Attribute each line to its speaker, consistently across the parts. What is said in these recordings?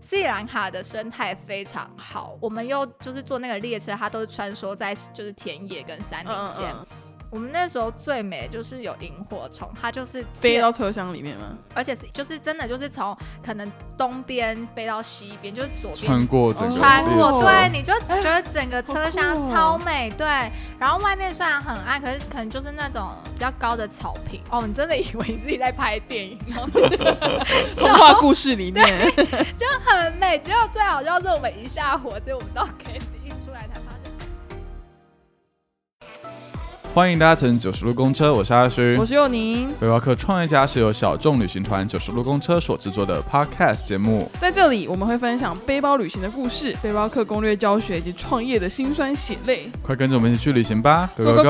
Speaker 1: 斯里兰卡的生态非常好，我们又就是坐那个列车，它都是穿梭在就是田野跟山林间。
Speaker 2: 嗯嗯
Speaker 1: 我们那时候最美就是有萤火虫，它就是
Speaker 2: 飞到车厢里面吗？
Speaker 1: 而且是就是真的就是从可能东边飞到西边，就是左边
Speaker 3: 穿过整个
Speaker 1: 哦穿
Speaker 3: 列
Speaker 1: 过，
Speaker 3: 车
Speaker 1: 对，你就觉得整个车
Speaker 2: 好酷
Speaker 1: 厢
Speaker 2: 哦
Speaker 1: 超美，对。然后外面虽然很暗，可是可能就是那种比较高的草坪。哦，你真的以为你自己在拍电影，然后
Speaker 2: 童话故事里面，
Speaker 1: 就 很美。结果最好笑是我们一下火，所以我们到 K 一出来才发现，
Speaker 3: 欢迎大家乘九十路公车，我是阿虚
Speaker 2: 我。是佑宁。
Speaker 3: 背包客创业家是由小众旅行团九十路公车所制作的 Podcast 节目。
Speaker 2: 在这里，我们会分享背包旅行的故事、背包客攻略教学以及创业的辛酸血泪。
Speaker 3: 快跟着我们一起去旅行吧！Go
Speaker 2: Go,
Speaker 3: go
Speaker 2: go,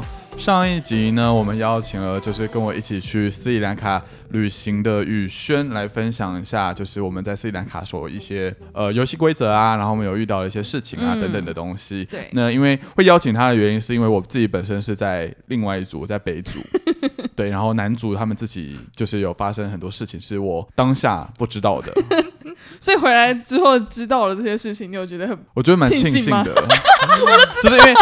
Speaker 3: go！上一集呢，我们邀请了就是跟我一起去斯里兰卡旅行的宇轩来分享一下，就是我们在斯里兰卡所一些呃游戏规则啊，然后我们有遇到的一些事情啊、
Speaker 2: 嗯
Speaker 3: 等等的东西。
Speaker 2: 对
Speaker 3: 那因为会邀请他的原因，是因为我自己本身是在另外一组，我在 北组，对，然后南组他们自己就是有发生很多事情是我当下不知 道的，
Speaker 2: 所以回来之后知道了这些事情，你有觉得很
Speaker 3: 我觉得蛮庆
Speaker 2: 庆幸
Speaker 3: 幸
Speaker 2: 吗
Speaker 3: 的， 就是因为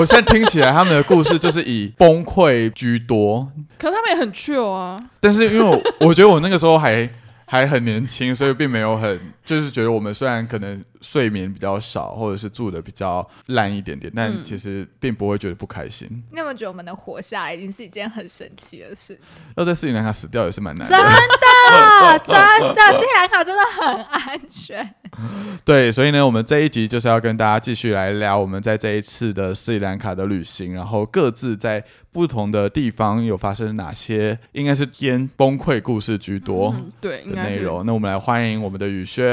Speaker 3: 我现在听起来他们的故事就是以崩溃居多，
Speaker 2: 可他们也很 chill 啊，
Speaker 3: 但是因为我我觉得我那个时候还 还很年轻，所以并没有很就是觉得我们虽然可能睡眠比较少，或者是住的比较烂一点点，但
Speaker 2: 嗯
Speaker 3: 其实并不会觉得不开心。
Speaker 1: 你有没有觉得我们能活下来已经是一件很神奇的事情？
Speaker 3: 要在斯里兰卡死掉也是蛮难
Speaker 1: 真
Speaker 3: 的，
Speaker 1: 的，真的，斯里兰卡真的很安全。
Speaker 3: 对，所以呢，我们这一集就是要跟大家继续来聊我们在这一次的斯里兰卡的旅行，然后各自在不同的地方有发生哪些，应该是偏崩溃故事居多。
Speaker 2: 嗯，对，应
Speaker 3: 的
Speaker 2: 该
Speaker 3: 哦内
Speaker 2: 是。
Speaker 3: 容，那我们来欢迎我们的宇轩。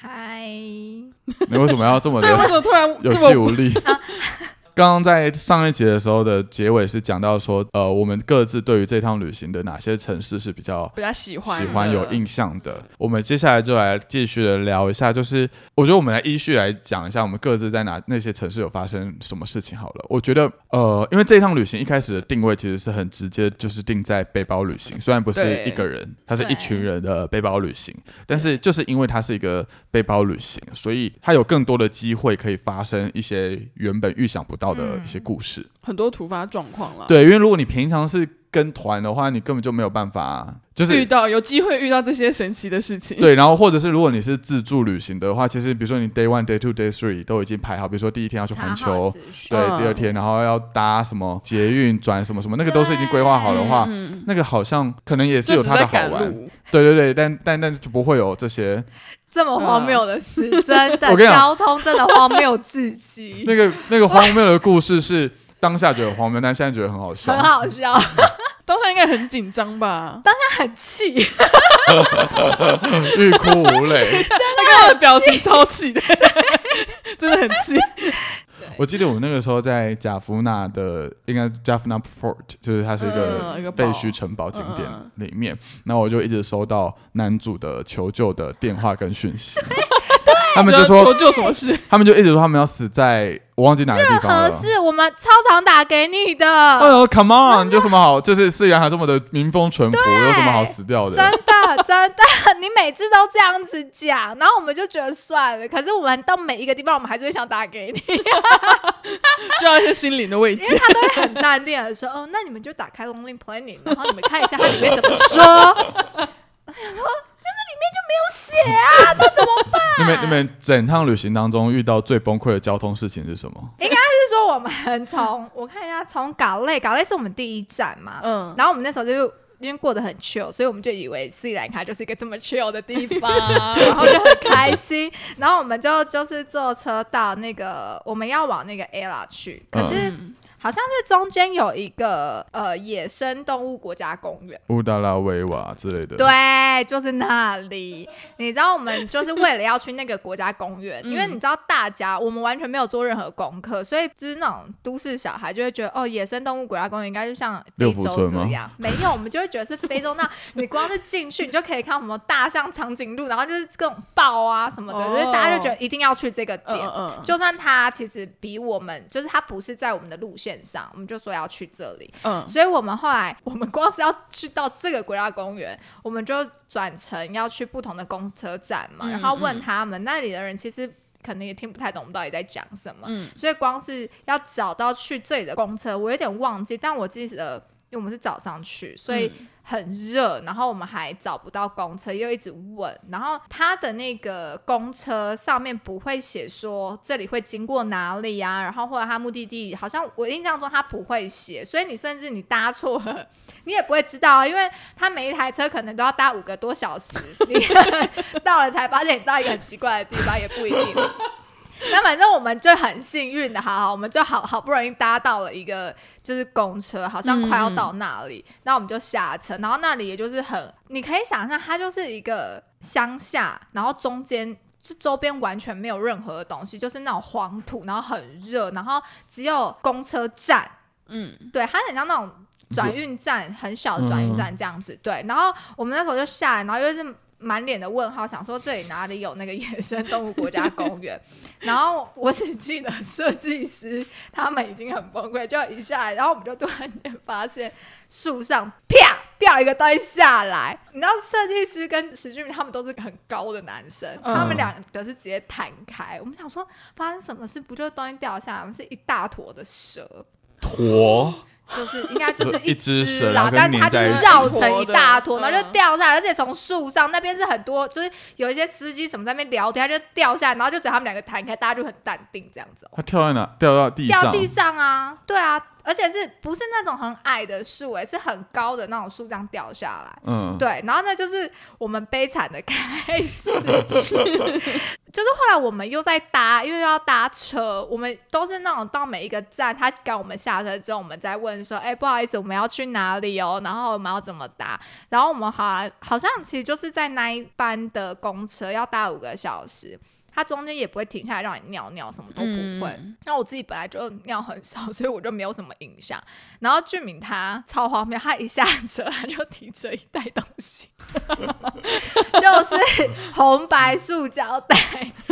Speaker 1: 嗨，
Speaker 3: 你为什么要这么
Speaker 2: 对，为
Speaker 3: 的
Speaker 2: 什么突然
Speaker 3: 有
Speaker 2: 这
Speaker 3: 气
Speaker 2: 么
Speaker 3: 无 力？ 刚刚在上一节的时候的结尾是讲到说，呃，我们各自对于这趟旅行的哪些城市是比较
Speaker 2: 比较喜欢
Speaker 3: 喜
Speaker 2: 的
Speaker 3: 欢嗯有印象的。我们接下来就来继续的聊一下，就是我觉得我们来依序来讲一下我们各自在哪那些城市有发生什么事情好了。我觉得呃，因为这趟旅行一开始的定位其实是很直接，就是定在背包旅行，虽然不是
Speaker 2: 对
Speaker 3: 一个人，它是
Speaker 1: 对
Speaker 3: 一群人的背包旅行，但是就是因为它是一个背包旅行，所以它有更多的机会可以发生一些原本预想不到的一些故事。啊
Speaker 2: 很多突发状况了。，
Speaker 3: 对，因为如果你平常是跟团的话，你根本就没有办法，就是
Speaker 2: 遇到有机会遇到这些神奇的事情。
Speaker 3: 对，然后或者是如果你是自助旅行的话，其实比如说你 day one、day two、day three 都已经排好，比如说第一天要去环
Speaker 1: 查好
Speaker 3: 球，
Speaker 1: 资讯
Speaker 3: 对，
Speaker 2: 嗯
Speaker 3: 第二天然啊后要搭什么捷运转什么什么，那个都是已经规划好的话，
Speaker 2: 嗯，
Speaker 3: 那个好像可能也是
Speaker 2: 就
Speaker 3: 有
Speaker 2: 只
Speaker 3: 它
Speaker 2: 在
Speaker 3: 的好
Speaker 2: 赶
Speaker 3: 玩，
Speaker 2: 路。
Speaker 3: 对对对，但但但就不会有这些
Speaker 1: 这么荒谬的事，真
Speaker 3: 我
Speaker 1: 的，
Speaker 3: 跟你讲
Speaker 1: 交通真的荒谬至极，
Speaker 3: 那个那个荒谬的故事是当下觉得荒谬，但现在觉得很好 笑
Speaker 1: 很。好笑，
Speaker 2: 当下应该很紧张吧？
Speaker 1: 很气。
Speaker 3: 欲哭无泪。
Speaker 2: 他看我的表情超气的，真的很气。
Speaker 3: 我记得我那个时候在贾夫纳的，应该贾夫纳 Fort，就是它是一个
Speaker 2: 嗯一个
Speaker 3: 废
Speaker 2: 堡
Speaker 3: 墟城堡景点
Speaker 2: 嗯
Speaker 3: 里面，然后我就一直收到男主的求救的电话跟讯息，他们就
Speaker 2: 求
Speaker 3: 说，
Speaker 2: 救什么事？
Speaker 3: 他们就一直说他们要死在我忘记哪个地方
Speaker 1: 合
Speaker 3: 了。
Speaker 1: 适，我们超常打给你
Speaker 3: 哎
Speaker 1: 啊的，
Speaker 3: 呦，Come on，有什么好？就是四元还这么的民风淳朴，
Speaker 1: 对
Speaker 3: 有什么好死掉
Speaker 1: 真
Speaker 3: 的？
Speaker 1: 的真的，你每次都这样子讲，然后我们就觉得算了。可是我们到每一个地方，我们还是会想打给你，
Speaker 2: 需要一些心灵的慰 藉
Speaker 1: 因。为他都会很淡定的说：“哦，那你们就打开 Lonely Planning，然后你们看一下它里面怎么说。” 我想说，但是里面就没有写啊。
Speaker 3: 你们你们整趟旅行当中遇到最崩溃的交通事情是什么？
Speaker 1: 就是说我们从我看一下，从港类，港类是我们第一站嘛，
Speaker 2: 嗯，
Speaker 1: 然后我们那时候就因为过得很 chill，所以我们就以为斯里兰卡就是一个这么 chill 的地 方，然后就很开心。然后我们就就是坐车到那个我们要往那个 Ella 去，可是
Speaker 2: 嗯
Speaker 1: 好像是中间有一个呃野生动物国家公园。
Speaker 3: 乌达拉维瓦之类的。
Speaker 1: 对，就是那里。你知道，我们就是为了要去那个国家公园，因为你知道大家我们完全没有做任何功课，所以就是那种都市小孩就会觉得，哦，野生动物国家公园应该就像
Speaker 3: 六
Speaker 1: 非
Speaker 3: 福
Speaker 1: 洲
Speaker 3: 村
Speaker 1: 这
Speaker 3: 吗
Speaker 1: 样，没有，我们就会觉得是非洲那。你光是进去，你就可以看到什么大象、长颈鹿，然后就是各种豹啊什么的，
Speaker 3: 哦
Speaker 1: 所以大家就觉得一定要去这个
Speaker 2: 嗯
Speaker 1: 点。
Speaker 2: 嗯嗯，
Speaker 1: 就算它其实比我们，就是它不是在我们的路线线上，我们就说要去这里，
Speaker 2: 嗯，
Speaker 1: 所以我们后来我们光是要去到这个国家公园，我们就转乘要去不同的公车站嘛，
Speaker 2: 嗯
Speaker 1: 然后问他们那里的人其实。可能也听不太懂我们到底在讲什么，
Speaker 2: 嗯
Speaker 1: 所以光是要找到去这里的公车，我有点忘记，但我记得，因为我们是早上去，所以很热，然后我们还找不到公车，又一直问，然后他的那个公车上面不会写说这里会经过哪里呀、然后或者他目的地，好像我印象中他不会写，所以你甚至你搭错了，你也不会知道啊，因为他每一台车可能都要搭五个多小时，你 到了才发现你到一个很奇怪的地方，也不一定。那反正我们就很幸运的，好好，我们就好好不容易搭到了一个就是公车，好像快要到那里，那我们就下车，然后那里也就是很，你可以想象，它就是一个乡下，然后中间。就周边完全没有任何的东西，就是那种黄土，然后很热，然后只有公车站，
Speaker 2: 嗯，
Speaker 1: 对，它很像那种转运站，很小的转运站这样子。对，然后我们那时候就下来，然后又是满脸的问号，想说这里哪里有那个野生动物国家公园？ 然后我只记得设计师他们已经很崩溃，就一下来，然后我们就突然间发现树上啪掉一个东西下来。你知道设计师跟石俊明他们都是很高的男生，
Speaker 2: 嗯
Speaker 1: 他们两个是直接弹开。我们想说发生什么事，不就东西掉下来吗，是一大坨的蛇。
Speaker 3: 驼，
Speaker 1: 就是应该就是
Speaker 3: 一只蛇
Speaker 1: 啦
Speaker 3: 然后，跟
Speaker 1: 但是它
Speaker 3: 粘
Speaker 1: 就
Speaker 3: 在一
Speaker 2: 起
Speaker 1: 绕成一大坨，
Speaker 2: 一坨的嗯
Speaker 1: 然后就掉下来，而且从树上那边是很多，就是有一些司机什么在那边聊天，它就掉下来，然后就只有他们两个弹开，大家就很淡定这样子、哦。
Speaker 3: 它跳在哪？掉到地
Speaker 1: 掉
Speaker 3: 上，
Speaker 1: 地上啊，对啊，而且是不是那种很矮的树、欸，是很高的那种树这样掉下来。
Speaker 3: 嗯，
Speaker 1: 对，然后那就是我们悲惨的开始，就是后来我们又在搭，因为要搭车，我们都是那种到每一个站，他赶我们下车之后，我们再问说，哎、不好意思，我们要去哪里哦，然后我们要怎么搭，然后我们好像好像其实就是在那一班的公车要搭五个小时。它中间也不会停下来让你尿尿，什么都不会。
Speaker 2: 嗯
Speaker 1: 那我自己本来就尿很少，所以我就没有什么影响。然后俊敏他超荒谬，他一下车他就提着一袋东西， 就是红白塑胶袋，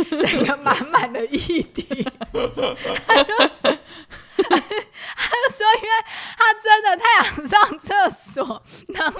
Speaker 1: 整个满满的一体。 他就说，他就说，因为他真的太想上厕所，然后。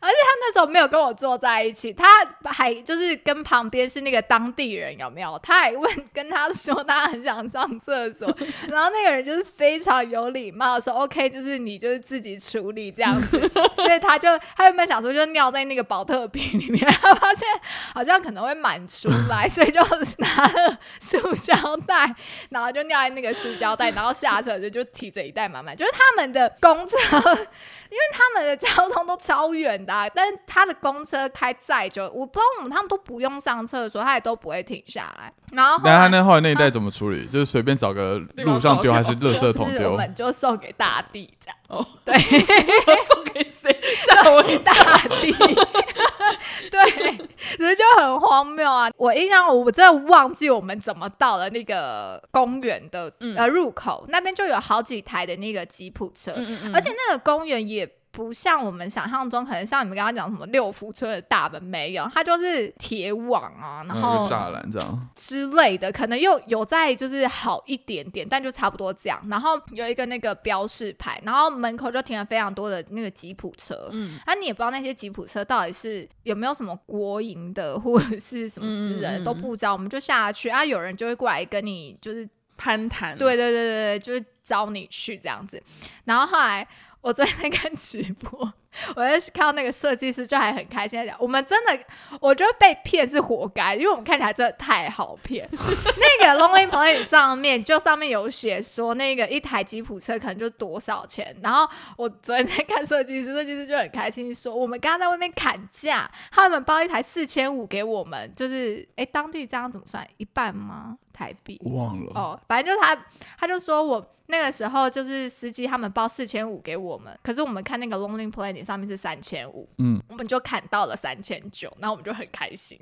Speaker 1: 而且他那时候没有跟我坐在一起，他还就是跟旁边是那个当地人有没有？他还问跟他说他很想上厕所，然后那个人就是非常有礼貌地说 OK，就是你就是自己处理这样子，所以他就他原本想说就尿在那个保特瓶里面，他发现好像可能会满出来，所以就拿了塑胶袋，然后就尿在那个塑胶袋，然后下车就就提着一袋满满，就是他们的公车，因为他们的交通都超远的啊、但是他的公车开再久，我不知道为什么他们都不用上厕所，他也都不会停下来，然 后后
Speaker 3: 那
Speaker 1: 来
Speaker 3: 他那后来那
Speaker 1: 哦
Speaker 3: 一袋怎么处理？就是随便找个路上丢还是垃圾桶
Speaker 1: 就是我
Speaker 3: 丢？
Speaker 1: 们就送给大地这样，
Speaker 2: 哦，
Speaker 1: 对，
Speaker 2: 送给谁？吓我一
Speaker 1: 大地， 对，只是就很荒谬啊！我印象我真的忘记我们怎么到了那个公园的、
Speaker 2: 嗯
Speaker 1: 呃入口，那边就有好几台的那个吉普车，
Speaker 2: 嗯
Speaker 1: 而且那个公园也。不像我们想象中，可能像你们刚刚讲什么六福村的大门没有，它就是铁网啊，然
Speaker 3: 嗯
Speaker 1: 后、
Speaker 3: 一个栅栏这样，
Speaker 1: 之类的，可能又有在就是好一点点，但就差不多这样。然后有一个那个标示牌，然后门口就停了非常多的那个吉普车。
Speaker 2: 嗯，
Speaker 1: 啊，你也不知道那些吉普车到底是有没有什么国营的或者是什么私人、
Speaker 2: 嗯嗯嗯嗯
Speaker 1: 都不知道，我们就下去啊，有人就会过来跟你就是
Speaker 2: 攀谈，
Speaker 1: 对对对对对，就是招你去这样子。然后后来我昨天在看直播，我就是看到那个设计师就还很开心地讲，我们真的，我觉得被骗是活该，因为我们看起来真的太好骗。 那个 Lonely Planet 上面就上面有写说，那个一台吉普车可能就多少钱。然后我昨天在看设计师，设计师就很开心说，我们刚刚在外面砍价，他们包一台四千五给我们，就是哎，当地这样怎么算？一半吗？台币？
Speaker 3: 忘了。
Speaker 1: 哦，反正就是他，他就说我那个时候就是司机他们报四千五给我们，可是我们看那个 Lonely Planet 上面是三千五，
Speaker 3: 嗯，
Speaker 1: 我们就砍到了三千九，然后我们就很开心，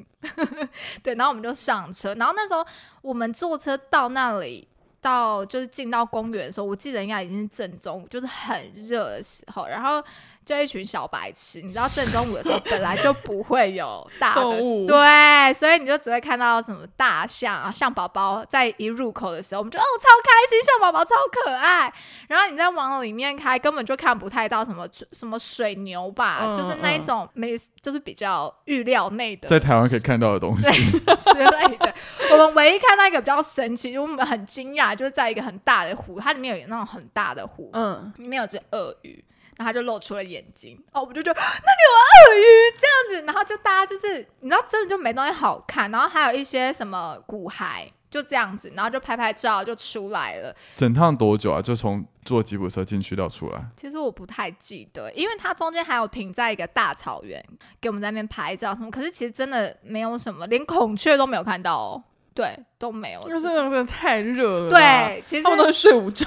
Speaker 1: 对，然后我们就上车，然后那时候我们坐车到那里。到就是进到公园的时候，我记得应该已经是正中午，就是很热的时候。然后就一群小白痴。你知道正中午的时候本来就不会有大
Speaker 2: 动物
Speaker 1: 的，对，所以你就只会看到什么大象啊、象宝宝，在一入口的时候，我们就哦超开心，象宝宝超可爱。然后你再往里面开，根本就看不太到什么什么水牛吧，
Speaker 2: 嗯
Speaker 1: 就是那一种没，就是比较预料内的
Speaker 3: 在台湾可以看到的东西。
Speaker 1: 之类的。我们唯一看到一个比较神奇，就我们很惊讶，就是在一个很大的湖，它里面有那种很大的湖，
Speaker 2: 嗯，
Speaker 1: 里面有只鳄鱼，然后它就露出了眼睛，哦，我们就觉得那里有鳄鱼这样子，然后就大家就是你知道，真的就没东西好看，然后还有一些什么骨骸。就这样子，然后就拍拍照就出来了。
Speaker 3: 整趟多久啊？就从坐吉普车进去到出来，
Speaker 1: 其实我不太记得，因为它中间还有停在一个大草原，给我们在那边拍照什么。可是其实真的没有什么，连孔雀都没有看到哦，对，都没有。
Speaker 2: 就是真的太热了，，
Speaker 1: 对，其实
Speaker 2: 他们都是睡午觉，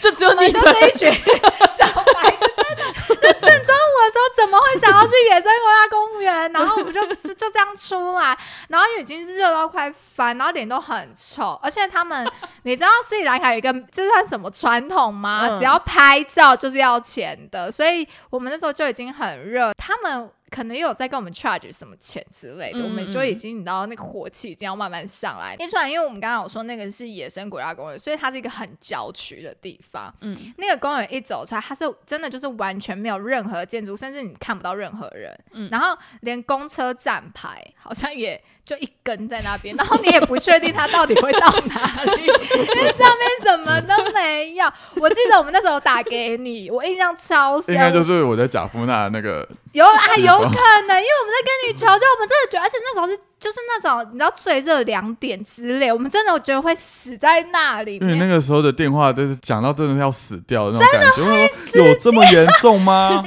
Speaker 2: 就只有
Speaker 1: 我
Speaker 2: 你
Speaker 1: 们
Speaker 2: 们
Speaker 1: 就是一群 小白痴，真的。就正中午的时候，怎么会想要去野生国家公园？然后我们就就就这样出来，然后已经热到快翻，然后脸都很臭。而且他们，你知道斯里兰卡有一个这算什么传统吗？
Speaker 2: 嗯
Speaker 1: 只要拍照就是要钱的，所以我们那时候就已经很热，他们。可能也有在跟我们 charge 什么钱之类的，
Speaker 2: 嗯
Speaker 1: 我们就已经你知道那个火气已经要慢慢上来。一出来，因为我们刚刚有说那个是野生国家公园，所以它是一个很郊区的地方。
Speaker 2: 嗯
Speaker 1: 那个公园一走出来，它是真的就是完全没有任何建筑，甚至你看不到任何人。
Speaker 2: 嗯
Speaker 1: 然后连公车站牌好像也就一根在那 边，然后你也不确定它到底会到哪里，因为上面什么都没有。我记得我们那时候打给你，我印象超深
Speaker 3: 应，该就是我在贾夫纳那个
Speaker 1: 有啊，
Speaker 3: 是
Speaker 1: 有
Speaker 3: 吧
Speaker 1: 可能，因为我们在跟你求救，我们真的觉得，而且那时候是就是那种你知道最热两点之类，我们真的我觉得会死在那里
Speaker 3: 因为
Speaker 1: 面
Speaker 2: 嗯
Speaker 3: 那。个时候的电话，就是讲到真的是要死掉的那种感觉，我想说有这么严重吗？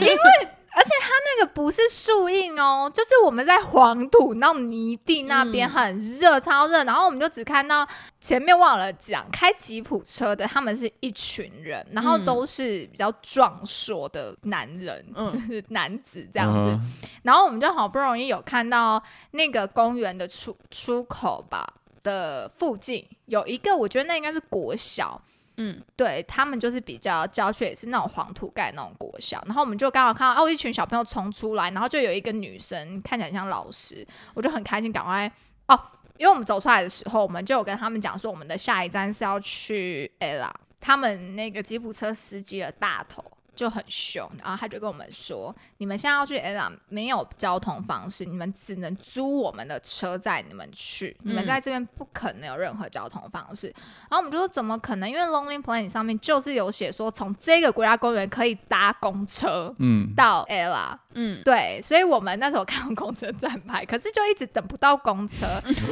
Speaker 1: 那个不是树荫哦，就是我们在黄土那种泥地那边
Speaker 2: 嗯
Speaker 1: 很热，超热。然后我们就只看到前面忘了讲，开吉普车的他们是一群人，然后
Speaker 2: 嗯
Speaker 1: 都是比较壮硕的男人，
Speaker 2: 嗯
Speaker 1: 就是男子 这样子。
Speaker 3: 嗯哼
Speaker 1: 然后我们就好不容易有看到那个公园的出出口吧的附近有一个，我觉得那应该是国小，
Speaker 2: 嗯，
Speaker 1: 对他们就是比较郊区，也是那种黄土盖那种国小。然后我们就刚好看到哦，一群小朋友冲出来，然后就有一个女生看起来像老师，我就很开心，赶快哦，因为我们走出来的时候，我们就有跟他们讲说，我们的下一站是要去 ella，他们那个吉普车司机的大头。就很凶，然后他就跟我们说：“你们现在要去 ella 没有交通方式，你们只能租我们的车载你们去，你们
Speaker 2: 嗯
Speaker 1: 在这边不可能有任何交通方式。然后我们就说怎么可能？因为 Lonely Planet 上面就是有写说，从这个国家公园可以搭公车
Speaker 3: 嗯，
Speaker 1: 到 Ella，
Speaker 2: 嗯，
Speaker 1: 对，所以我们那时候看到公车站牌，可是就一直等不到公车。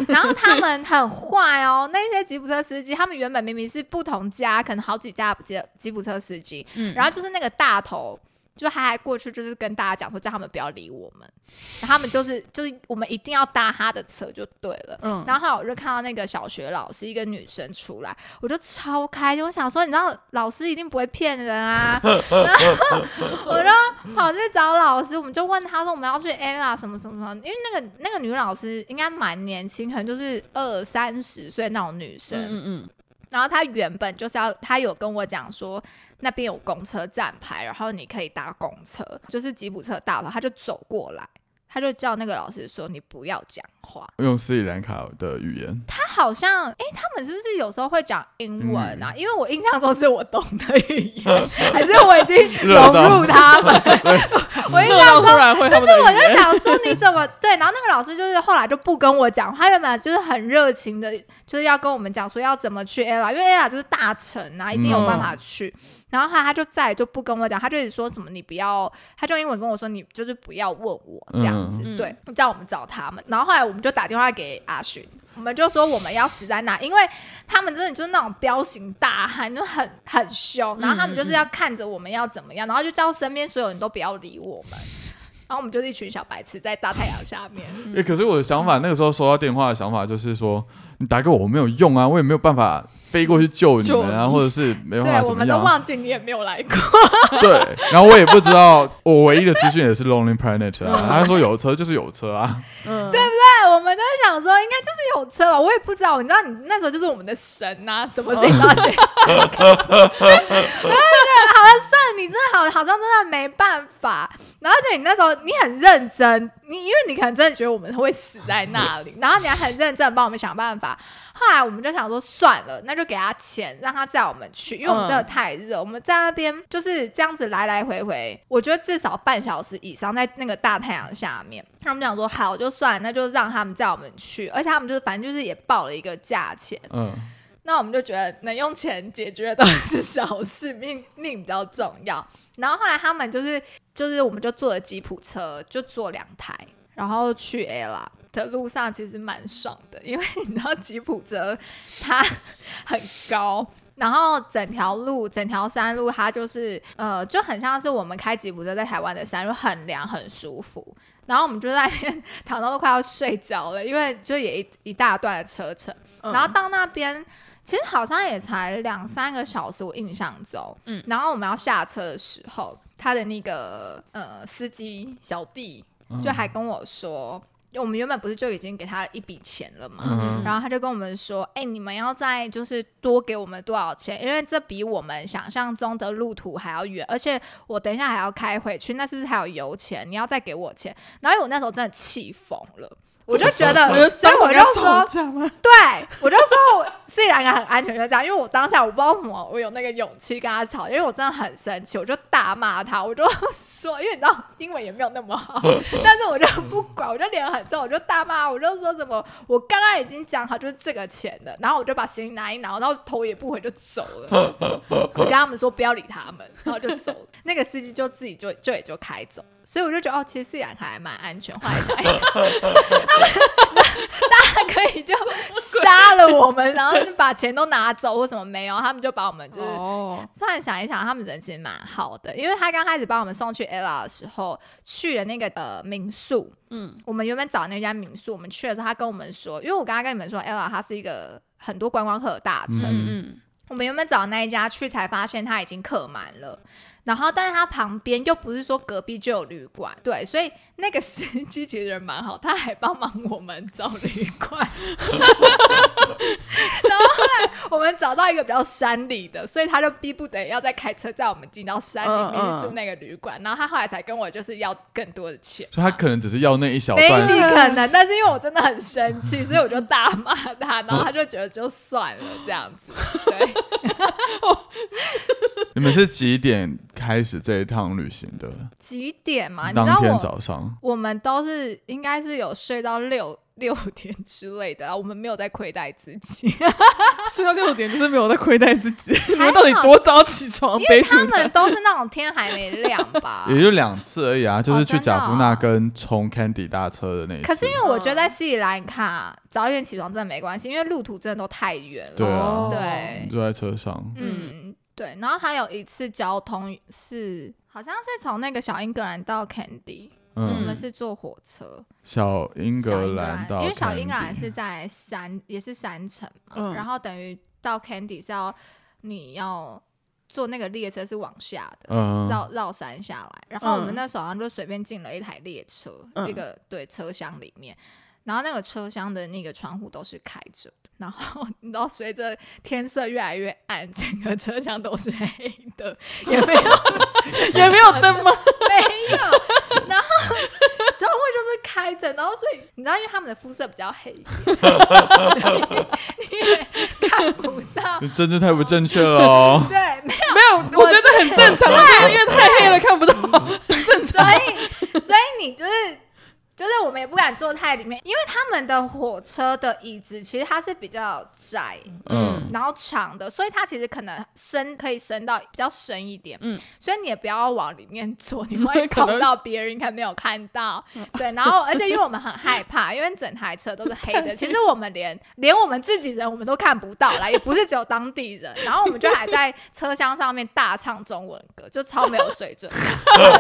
Speaker 1: 然后他们很坏哦，那些吉普车司机，他们原本明明是不同家，可能好几家吉吉普车司机，
Speaker 2: 嗯
Speaker 1: 然后就是那个大头。就他还过去，就是跟大家讲说，叫他们不要理我们，然后他们就是就是我们一定要搭他的车就对了。
Speaker 2: 嗯，
Speaker 1: 然后还有我就看到那个小学老师一个女生出来，我就超开心，我想说你知道老师一定不会骗人啊，然后我就跑去找老师，我们就问他说我们要去 ella 什么什么什么，因为那个那个女老师应该蛮年轻，可能就是二三十岁那种女生，
Speaker 2: 嗯嗯
Speaker 1: 然后他原本就是要，他有跟我讲说那边有公车站牌，然后你可以搭公车，就是吉普车大楼，他就走过来，他就叫那个老师说你不要讲话。
Speaker 3: 用斯里兰卡的语言，
Speaker 1: 他好像哎、他们是不是有时候会讲英文啊？因为我印象中是我懂的语言，还是我已经
Speaker 3: 热
Speaker 1: 融
Speaker 3: 到
Speaker 1: 入他们？我印
Speaker 2: 热
Speaker 1: 象
Speaker 2: 到
Speaker 1: 中
Speaker 2: 突然会，
Speaker 1: 就是我就想说你怎么 对，然后那个老师就是后来就不跟我讲，他原本就是很热情的，就是要跟我们讲说要怎么去 ella，因为 ella 就是大城啊，一定有办法去。然后他他就再也就不跟我讲，他就一直说什么你不要，他就用英文跟我说你就是不要问我这样子，
Speaker 2: 嗯
Speaker 1: 对，叫我们找他们。然后后来我们就打电话给阿勋。我们就说我们要死在哪，因为他们真的就是那种彪形大汉，就很很凶，然后他们就是要看着我们要怎么样，然后就叫身边所有人都不要理我们。然后我们就是一群小白痴在大太阳下面，
Speaker 3: 欸可是我的想法，那个时候收到电话的想法就是说，你打给我我没有用啊，我也没有办法飞过去救你们啊，
Speaker 2: 救你
Speaker 3: 或者是没办
Speaker 1: 对
Speaker 3: 法，
Speaker 1: 我
Speaker 3: 怎么
Speaker 1: 们都
Speaker 3: 样啊、
Speaker 1: 忘记你也没有来过，
Speaker 3: 对，然后我也不知道，我唯一的资讯也是 Lonely Planet
Speaker 1: 嗯
Speaker 3: 啊，他说有车就是有车啊，
Speaker 2: 嗯，对，
Speaker 1: 对，我们都在想说应该就是有车吧，我也不知道，你知道你那时候就是我们的神呐、什么自己发现，对对，好像算了你真的好，好像真的没办法。然后而且你那时候你很认真，你因为你可能真的觉得我们会死在那里，然后你还很认真地帮我们想办法。后来我们就想说算了，那就给他钱，让他载我们去，因为我们真的太热，我们在那边就是这样子来来回回，我觉得至少半小时以上，在那个大太阳下面。他们想说好就算了，那就让他们载我们去，而且他们就是反正就是也报了一个价钱，
Speaker 3: 嗯，
Speaker 1: 那我们就觉得能用钱解决的都是小事，命命比较重要。然后后来他们就是就是我们就坐了吉普车，就坐两台，然后去 A 啦。的路上其实蛮爽的，因为你知道吉普车它很高，然后整条路整条山路它就是呃就很像是我们开吉普车在台湾的山路，很凉很舒服。然后我们就在那边 躺到都快要睡着了，因为就也一一大段的车程，
Speaker 2: 嗯
Speaker 1: 然后到那边其实好像也才两三个小时，我印象中。嗯，然后我们要下车的时候，他的那个呃司机小弟就还跟我说，因为我们原本不是就已经给他一笔钱了嘛，
Speaker 3: 嗯
Speaker 1: 然后他就跟我们说，哎、你们要再就是多给我们多少钱，因为这比我们想象中的路途还要远，而且我等一下还要开回去，那是不是还有油钱？你要再给我钱。然后因为我那时候真的气疯了。我就觉
Speaker 2: 嗯
Speaker 1: 得，所以我就说
Speaker 2: 吵，架吗？
Speaker 1: 对，我就说我虽然很安全就这样，因为我当下我不知道为什么我有那个勇气跟他吵，因为我真的很生气，我就大骂他，我就说，因为你知道英文也没有那么好，但是我就不管，我就脸很臭，我就大骂，我就说什么我刚刚已经讲好就是这个钱的，然后我就把行李拿一拿，然后头也不回就走了，我跟他们说不要理他们，然后就走了，那个司机就自己就就也就开走。所以我就觉得哦，其实虽然还蛮安全。后来想一想，他们大可以就杀了我们，然后把钱都拿走或什么没有，他们就把我们就是。
Speaker 2: 哦，
Speaker 1: 突然想一想，他们人其实蛮好的，因为他刚开始把我们送去 ella 的时候，去了那个呃民宿，
Speaker 2: 嗯，
Speaker 1: 我们原本找那家民宿，我们去的时候，他跟我们说，因为我刚刚跟你们说 ella 它是一个很多观光客的大城，
Speaker 2: 嗯
Speaker 1: 我们原本找那一家去，才发现它已经客满了。然后，但是它旁边又不是说隔壁就有旅馆，对，所以那个司机其实人蛮好，他还帮忙我们找旅馆。然后后来我们找到一个比较山里的，所以他就逼不得已要再开车载我们进到山里面
Speaker 2: 嗯嗯
Speaker 1: 去住那个旅馆。然后他后来才跟我就是要更多的钱，
Speaker 3: 所以他可能只是要那一小
Speaker 1: m a y
Speaker 3: 段
Speaker 1: b 可能，但是因为我真的很生气，所以我就大骂他，然后他就觉得就算了这样子，对。
Speaker 3: 你们是几点开始这一趟旅行的？
Speaker 1: 几点嘛？啊你知
Speaker 3: 当
Speaker 1: 道
Speaker 3: 天
Speaker 1: 我
Speaker 3: 早上，
Speaker 1: 我们都是应该是有睡到六 六点之类的，然后我们没有在亏待自 己，
Speaker 2: 嗯，睡到六点就是没有在亏待自己，你
Speaker 1: 还好
Speaker 2: 们到底多早起床？
Speaker 1: 因为
Speaker 2: 背住
Speaker 1: 他们都是那种天还没亮吧。
Speaker 3: 也就两次而已啊，就是去
Speaker 1: 真的哦
Speaker 3: 贾夫那跟冲 Candy 大车的那一次。
Speaker 1: 可是因为我觉得在斯里兰卡早一点起床真的没关系，因为路途真的都太远了。
Speaker 3: 对啊，
Speaker 1: 对
Speaker 3: 就在车上，
Speaker 1: 嗯，对。然后还有一次交通是好像是从那个小英格兰到 Candy，、我
Speaker 3: 嗯，
Speaker 1: 们是坐火车。
Speaker 3: 小英
Speaker 1: 小
Speaker 3: 格
Speaker 1: 英格
Speaker 3: 兰
Speaker 1: 兰
Speaker 3: 到 Kandy，
Speaker 1: 因为小英格兰是在山，也是山城嘛，
Speaker 2: 嗯
Speaker 1: 然后等于到 Candy 是要你要坐那个列车是往下的，
Speaker 3: 嗯，
Speaker 1: 绕绕山下来。然后我们
Speaker 2: 嗯
Speaker 1: 那时候好像就随便进了一台列车，
Speaker 2: 嗯
Speaker 1: 一个对车厢里面。然后那个车厢的那个窗户都是开着的，然后 你知道，随着天色越来越暗，整个车厢都是黑的，也 没有
Speaker 2: 也没有灯吗？
Speaker 1: 没有。然后然后会就是开着，然后所以你知道，因为他们的肤色比较黑一点，所以你也看不到。。
Speaker 3: 你真的太不正确了哦
Speaker 1: 对，没有，
Speaker 2: 没有，我觉得很啊 正常，就是因为太黑了看不到，很正
Speaker 1: 所
Speaker 2: 常。
Speaker 1: 以所以你就是就是我们也不敢坐太里面，因为他们的火车的椅子其实它是比较窄，
Speaker 3: 嗯
Speaker 1: 然后长的，所以它其实可能伸可以伸到比较深一点，
Speaker 2: 嗯
Speaker 1: 所以你也不要往里面坐，你会
Speaker 2: 可能
Speaker 1: 碰到别人，你可能没有看到，对。然后而且因为我们很害怕，因为整台车都是黑的，其实我们连连我们自己人我们都看不到啦，也不是只有当地人。然后我们就还在车厢上面大唱中文歌，就超没有水准，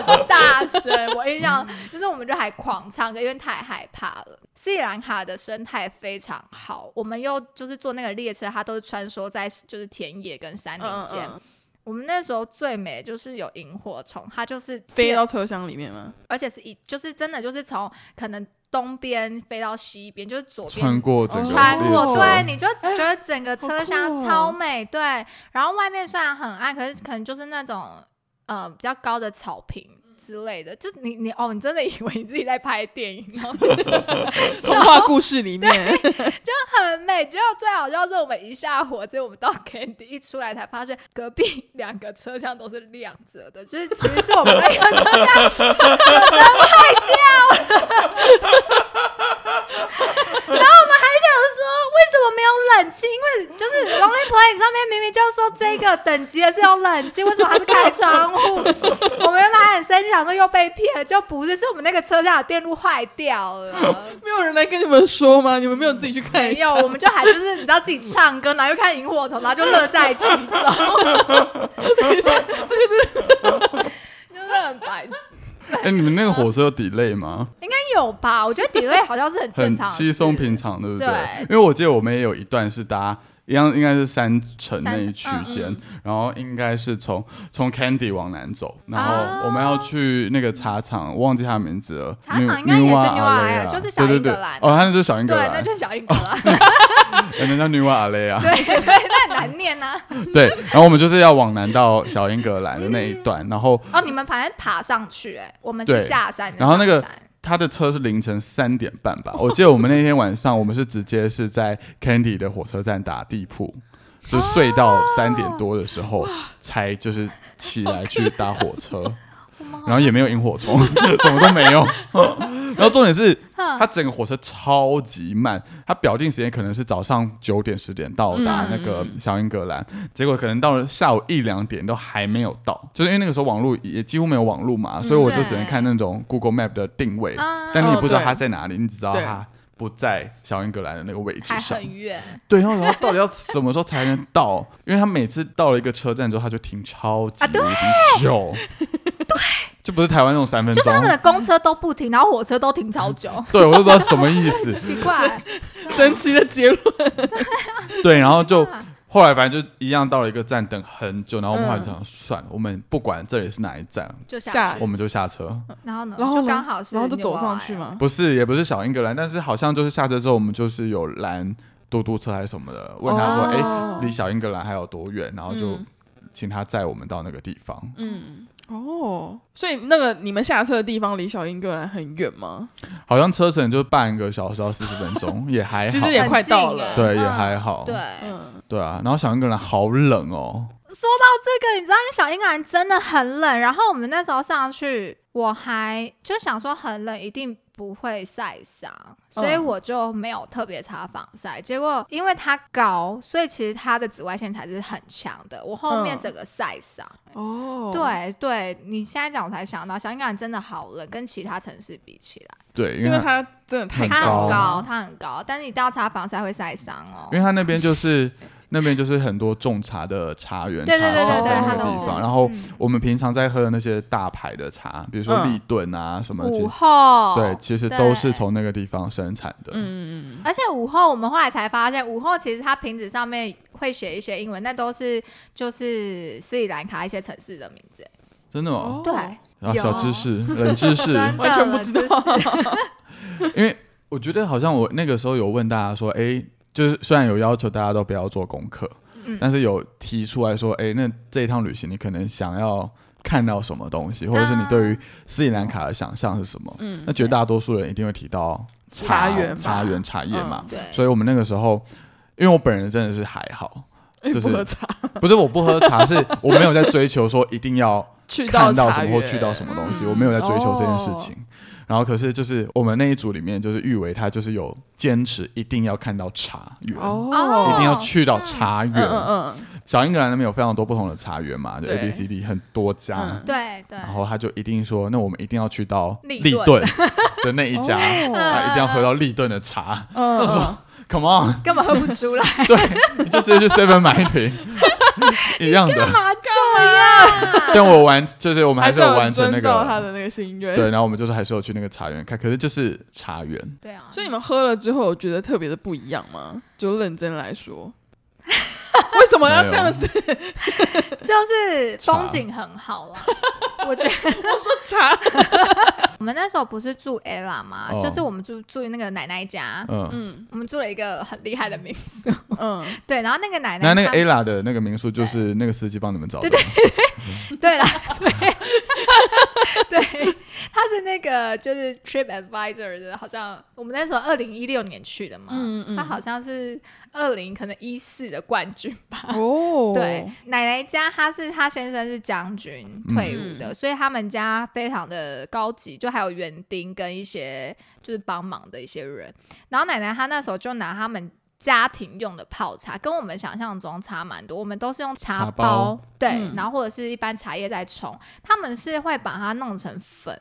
Speaker 1: 很大声。我印象
Speaker 2: 嗯
Speaker 1: 就是我们就还狂唱歌，因为太害怕了。斯里兰卡的生态非常好，我们又就是坐那个列车，它都是穿梭在就是田野跟山林间。
Speaker 2: 嗯
Speaker 1: 我们那时候最美就是有萤火虫，它就是
Speaker 2: 飞到车厢里面吗？
Speaker 1: 而且是一就是真的就是从可能东边飞到西边，就是左边
Speaker 3: 穿过整个
Speaker 1: 哦穿
Speaker 3: 列
Speaker 1: 过，
Speaker 3: 车
Speaker 1: 对，你就觉得整个车
Speaker 2: 好酷
Speaker 1: 厢
Speaker 2: 哦
Speaker 1: 超美，对。然后外面虽然很暗，可是可能就是那种呃比较高的草坪之类的，就你你哦，你真的以为你自己在拍电影，然后
Speaker 2: 童话故事里面，
Speaker 1: 很美。结果最好笑是我们一下火之后，我们到 Candy 一出来才发现隔壁两个车厢都是亮着的，就是其实是我们那个车厢的灯坏掉了。然后我们还想说，为什么没有冷气？因为就是 Lonely Planet 上面明明就说这个等级的是有冷气，为什么还是开窗户？我们原本还很生气，想说又被骗了，就不是，是我们那个车厢的电路坏掉了。
Speaker 2: 没有人来跟你们说吗？你们没有自己去看
Speaker 1: 没
Speaker 2: 一下？
Speaker 1: 有，我们就还就是你知道自己唱歌，然后又看萤火虫，然后就乐在其 中。这个是就是很白痴，
Speaker 3: 哎、你们那个火车有 delay 吗？
Speaker 1: 应该有吧？我觉得 delay 好像是很正
Speaker 3: 很
Speaker 1: 常的事，
Speaker 3: 稀松平常，对不对？
Speaker 1: 对
Speaker 3: 因为我记得我们也有一段是搭。一样应该是三城那一区
Speaker 1: 山城嗯
Speaker 3: 间，然后应该是从从 Candy 往南走，然
Speaker 1: 啊
Speaker 3: 后我们要去那个茶厂，忘记他名字了。
Speaker 1: 茶厂应该也是
Speaker 3: New- Nuwa
Speaker 1: Nuwa
Speaker 3: Alea
Speaker 1: Alea，就是小
Speaker 3: 对
Speaker 1: 英
Speaker 3: 对
Speaker 1: 格
Speaker 3: 对
Speaker 1: 兰
Speaker 3: 哦，他那就是小英格
Speaker 1: 对，
Speaker 3: 兰
Speaker 1: 那，就是小英格 啦，
Speaker 3: 人家叫 New a l e a
Speaker 1: 对对，那很难念呐、啊。
Speaker 3: 对，然后我们就是要往南到小英格兰的那一 段，然后
Speaker 1: 哦，你们反正爬上去、哎，我们
Speaker 3: 对
Speaker 1: 是下山的
Speaker 3: 然后那个哎
Speaker 1: 上山
Speaker 3: 他的车是凌晨三点半吧？ 我记得我们那天晚上，我们是直接是在 Candy 的火车站打地铺，就睡到三点多的时候才就是起来去搭火车，然后也没有萤火虫，什么都没有。然后重点是，他整个火车超级慢，他表定时间可能是早上九点十点到达那个小英格兰，结果可能到了下午一两点都还没有到，就是因为那个时候网络也几乎没有网络嘛，所以我就只能看那种 Google Map 的定位，
Speaker 1: 啊
Speaker 3: 但你不知道
Speaker 2: 哦对
Speaker 3: 它在哪里，你只知道
Speaker 2: 对
Speaker 3: 它不在小英格兰的那个位置
Speaker 1: 还
Speaker 3: 上。
Speaker 1: 很远，
Speaker 3: 对，然后然后到底要什么时候才能到？ 因为他每次到了一个车站之后，他就停超级
Speaker 1: 啊对
Speaker 3: 无敌久， 对，就不是台湾那种三分
Speaker 1: 就是
Speaker 3: 钟
Speaker 1: 他。们的公车都不停，然后火车都停超久，
Speaker 2: 嗯
Speaker 3: 对，我就不知道什么意 思。
Speaker 1: 奇怪。
Speaker 2: 神奇的结论。
Speaker 3: 对，然后就
Speaker 1: 天哪
Speaker 3: 后来反正就一样到了一个站等很久，然后我们
Speaker 1: 嗯
Speaker 3: 后来就想、算了，我们不管这里是哪一站，
Speaker 1: 就
Speaker 2: 下
Speaker 1: 下去
Speaker 3: 我，们就下车。
Speaker 1: 然后呢，
Speaker 2: 然后
Speaker 1: 就
Speaker 2: 呢
Speaker 1: 刚好是
Speaker 2: 然后就走
Speaker 1: Nuwa
Speaker 2: 上
Speaker 1: Alea
Speaker 2: 去嘛。
Speaker 3: 不是，也不是小英格兰，但是好像就是下车之后，我们就是有拦嘟嘟车还是什么的，问他说：“
Speaker 2: 哦
Speaker 3: 哎、
Speaker 1: 嗯
Speaker 3: 离小英格兰还有多远？”然后就
Speaker 2: 嗯
Speaker 3: 请他载我们到那个地方。
Speaker 2: 嗯，哦，所以那个你们下车的地方离小英格兰很远吗？
Speaker 3: 好像车程就半个小时到四十分钟，也还好。
Speaker 2: 其实也快到
Speaker 1: 很
Speaker 2: 了
Speaker 1: 近
Speaker 3: 对，
Speaker 1: 欸
Speaker 3: 也
Speaker 1: 嗯
Speaker 3: 还好。
Speaker 1: 对，
Speaker 2: 嗯，
Speaker 3: 对啊，然后小英格兰好冷哦，
Speaker 1: 说到这个，你知道小英格兰真的很冷，然后我们那时候上去，我还就想说很冷，一定不会晒伤，所以
Speaker 2: 嗯
Speaker 1: 我就没有特别擦防晒。结果因为它高，所以其实它的紫外线才是很强的，我后面
Speaker 2: 嗯
Speaker 1: 整个晒伤。
Speaker 2: 哦，，
Speaker 1: 对对，你现在讲我才想到，小英格兰真的好冷，跟其他城市比起来，
Speaker 3: 对，因
Speaker 2: 因为
Speaker 3: 为它
Speaker 2: 它真的太
Speaker 3: 很
Speaker 1: 它
Speaker 3: 高
Speaker 1: 很
Speaker 3: 啊
Speaker 1: 高，它很高，但是你一定要擦防晒会晒伤哦。
Speaker 3: 因为它那边就是那边就是很多种茶的茶园、茶
Speaker 1: 对对对
Speaker 3: 商
Speaker 1: 对
Speaker 3: 在
Speaker 1: 对
Speaker 3: 那
Speaker 1: 它
Speaker 3: 个
Speaker 1: 都
Speaker 3: 地
Speaker 1: 是
Speaker 3: 方，然后
Speaker 1: 嗯
Speaker 3: 我们平常在喝的那些大牌的茶，比如说
Speaker 2: 嗯
Speaker 3: 立顿啊什么，其
Speaker 1: 午
Speaker 3: 实
Speaker 1: 后
Speaker 3: 对，其实都是
Speaker 1: 对
Speaker 3: 从那个地方生产的。
Speaker 2: 嗯嗯
Speaker 1: 而且午后我们后来才发现，午后其实它瓶子上面会写一些英文，那都是就是斯里兰卡一些城市的名字。
Speaker 3: 真的
Speaker 2: 嗯，
Speaker 3: 哦，
Speaker 2: 哦
Speaker 1: 对，
Speaker 3: 啊，小知
Speaker 1: 有
Speaker 3: 识、冷知 识，
Speaker 1: 真的
Speaker 2: 完全不知道，
Speaker 1: 真是
Speaker 3: 因为我觉得好像我那个时候有问大家说，哎、就是虽然有要求大家都不要做功课，
Speaker 1: 嗯
Speaker 3: 但是有提出来说，哎、那这一趟旅行你可能想要看到什么东西，或者是你对于斯里兰卡的想象是什么？
Speaker 2: 啊嗯
Speaker 3: 那绝大多数人一定会提到
Speaker 2: 茶园吧嗯
Speaker 3: 茶园、茶叶嘛。
Speaker 1: 对，
Speaker 3: 所以我们那个时候，因为我本人真的是还好，
Speaker 2: 因为
Speaker 3: 就是
Speaker 2: 哎不喝茶，
Speaker 3: 不是我不喝茶，是我没有在追求说一定要
Speaker 2: 去
Speaker 3: 看到
Speaker 2: 茶
Speaker 3: 什
Speaker 2: 园哦
Speaker 3: 么或去到什么东西，
Speaker 1: 嗯
Speaker 3: 我没有在追求这件事情。然后可是就是我们那一组里面，就是玉维他就是有坚持一定要看到茶园。
Speaker 1: 哦
Speaker 3: 一定要
Speaker 1: 哦
Speaker 3: 去到茶园
Speaker 2: 嗯，
Speaker 3: 哦
Speaker 2: 嗯嗯，
Speaker 3: 小英格兰那边有非常多不同的茶园嘛，就
Speaker 2: 对
Speaker 3: A B C D 很多家，
Speaker 2: 嗯
Speaker 1: 对对，
Speaker 3: 然后他就一定说，那我们一定要去到
Speaker 1: 利
Speaker 3: 利
Speaker 1: 顿
Speaker 3: 顿的那一家，
Speaker 2: 哦
Speaker 3: 啊，一定要喝到利顿的茶。
Speaker 2: 嗯嗯嗯
Speaker 3: 哦 Come on，
Speaker 1: 根本喝不出 来，
Speaker 3: 你就直接去 Seven 买一瓶，一样的。
Speaker 1: 嘛这样？
Speaker 3: 但我完，就是我们还是有
Speaker 2: 要
Speaker 3: 完成那
Speaker 2: 遵照他
Speaker 3: 个，
Speaker 2: 的那个心愿。
Speaker 3: 对，，然后我们就是还是有去那个茶园看，可是就是茶园，
Speaker 1: 对啊，
Speaker 2: 所以你们喝了之后，有觉得特别的不一样吗？就认真来说，为什么要这样子？
Speaker 1: 就是风
Speaker 3: 茶
Speaker 1: 景很好啊。我觉得
Speaker 2: 我说茶，
Speaker 1: 我们那时候不是住 ella 嘛，
Speaker 3: 哦
Speaker 1: 就是我们住住那个奶奶家，
Speaker 3: 嗯。
Speaker 2: 嗯
Speaker 1: 我们住了一个很厉害的民宿。
Speaker 2: 嗯，
Speaker 1: 对，然后那个奶奶
Speaker 3: 那那个
Speaker 1: 她
Speaker 3: Ella 的那个民宿就是那个司机帮你们找的，
Speaker 1: 对对啦，对，对，他是那个就是 Trip Advisor 的，好像我们那时候二零一六年去的嘛，
Speaker 2: 嗯嗯
Speaker 1: 他好像是二零可能一四的冠军吧。
Speaker 2: 哦，
Speaker 1: 对，，奶奶家他是他先生是将军
Speaker 3: 嗯
Speaker 1: 退伍的，所以他们家非常的高级，就还有园丁跟一些就是帮忙的一些人。然后奶奶她那时候就拿他们。家庭用的泡茶跟我们想象中差蛮多，我们都是用茶
Speaker 3: 茶包
Speaker 1: 对，
Speaker 2: 嗯
Speaker 1: 然后或者是一般茶叶在冲，他们是会把它弄成粉，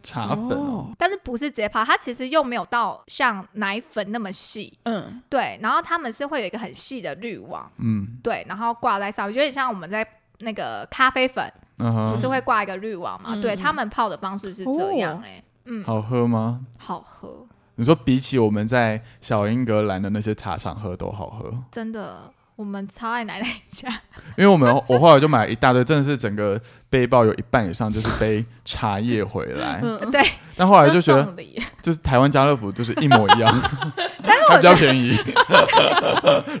Speaker 3: 茶粉哦，
Speaker 2: 哦，
Speaker 1: 但是不是直接泡，它其实又没有到像奶粉那么细，
Speaker 2: 嗯，
Speaker 1: 对，然后他们是会有一个很细的滤网，
Speaker 3: 嗯，
Speaker 1: 对，然后挂在上面，有点像我们在那个咖啡粉，
Speaker 3: 嗯
Speaker 1: 不
Speaker 3: 哼，
Speaker 1: 是会挂一个滤网嘛？
Speaker 2: 嗯
Speaker 1: 对
Speaker 2: 嗯
Speaker 1: 他们泡的方式是这样、欸，哎、嗯，
Speaker 3: 好喝吗？
Speaker 1: 好喝，
Speaker 3: 你说比起我们在小英格兰的那些茶厂喝都好喝，
Speaker 1: 真的，我们超爱奶奶 家，
Speaker 3: 因为我 们我后来就买了一大堆，真的是整个背包有一半以上就是背茶叶回来。
Speaker 2: 嗯
Speaker 1: 对，
Speaker 3: 但后来就觉得，啊
Speaker 1: 送礼，
Speaker 3: 就是台湾家乐福就是一模一样，
Speaker 1: 但是
Speaker 3: 还
Speaker 1: 我
Speaker 3: 比较
Speaker 1: 觉得
Speaker 3: 便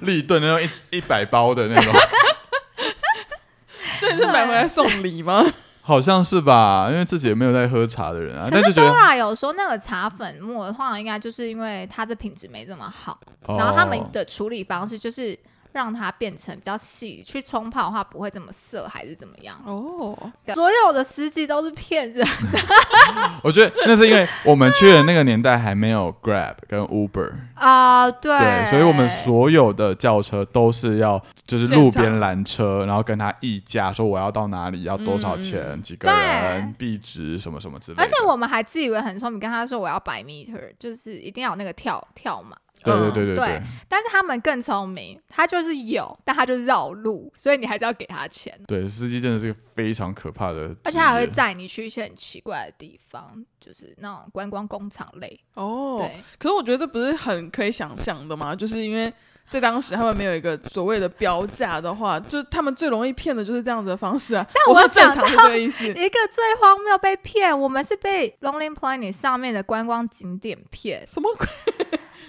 Speaker 3: 宜，立顿那种一一百包的那种，
Speaker 2: 所以是买回来送礼吗？
Speaker 3: 好像是吧？因为自己也没有在喝茶的人啊，但
Speaker 1: 可
Speaker 3: 就是觉得
Speaker 1: Dora 有说那个茶粉末的话，应该就是因为它的品质没这么好，
Speaker 3: 哦
Speaker 1: 然后他们的处理方式就是让它变成比较细，去冲泡的话不会这么涩，还是怎么样？
Speaker 2: 哦，
Speaker 1: 所有的司机都是骗人，
Speaker 3: 我觉得那是因为我们去的那个年代还没有 Grab 跟 Uber，
Speaker 1: 啊、对
Speaker 3: 对，所以我们所有的轿车都是要就是路边拦车，然后跟他议价，说我要到哪里，要多少钱，几个人，币值什么什么之类的。
Speaker 1: 而且我们还自以为很聪明，跟他说我要百 meter，就是一定要有那个跳跳嘛。
Speaker 3: 对
Speaker 2: 嗯
Speaker 3: 对对对
Speaker 1: 对
Speaker 3: 对
Speaker 1: 但是他们更聪明，他就是有，但他就绕路，所以你还是要给他钱，
Speaker 3: 对，司机真的是个非常可怕的职业，
Speaker 1: 而且他还会载你去一些很奇怪的地方，就是那种观光工厂类。
Speaker 2: 哦，
Speaker 1: 对，
Speaker 2: 可是我觉得这不是很可以想象的嘛，就是因为在当时他们没有一个所谓的标价的话，就是他们最容易骗的就是这样子的方式啊。但
Speaker 1: 我
Speaker 2: 说正
Speaker 1: 想
Speaker 2: 常是这个意思，
Speaker 1: 一个最荒谬被骗，我们是被 Lonely Planet 上面的观光景点骗。
Speaker 2: 什么鬼？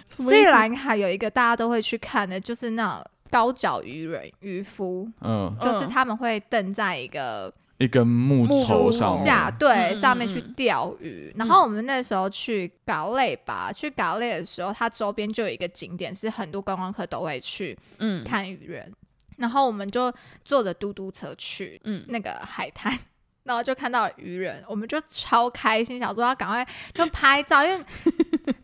Speaker 2: 什么
Speaker 1: 斯里
Speaker 2: 意思？
Speaker 1: 兰卡有一个大家都会去看的，就是那种高脚渔人渔夫，
Speaker 3: 嗯
Speaker 1: 就是
Speaker 2: 嗯
Speaker 1: 他们会蹬在一个
Speaker 3: 一根木头
Speaker 2: 木
Speaker 3: 上
Speaker 1: 下
Speaker 3: 面，
Speaker 1: 对
Speaker 2: 嗯
Speaker 1: 上面去
Speaker 2: 嗯
Speaker 1: 钓鱼，然后我们那时候去嘎累吧，去嘎累的时候，它周边就有一个景点是很多观光客都会去
Speaker 2: 嗯
Speaker 1: 看渔人，然后我们就坐着嘟嘟车去
Speaker 2: 嗯，
Speaker 1: 那个海滩。然后就看到了渔人，我们就超开心，想说要赶快就拍照，因 为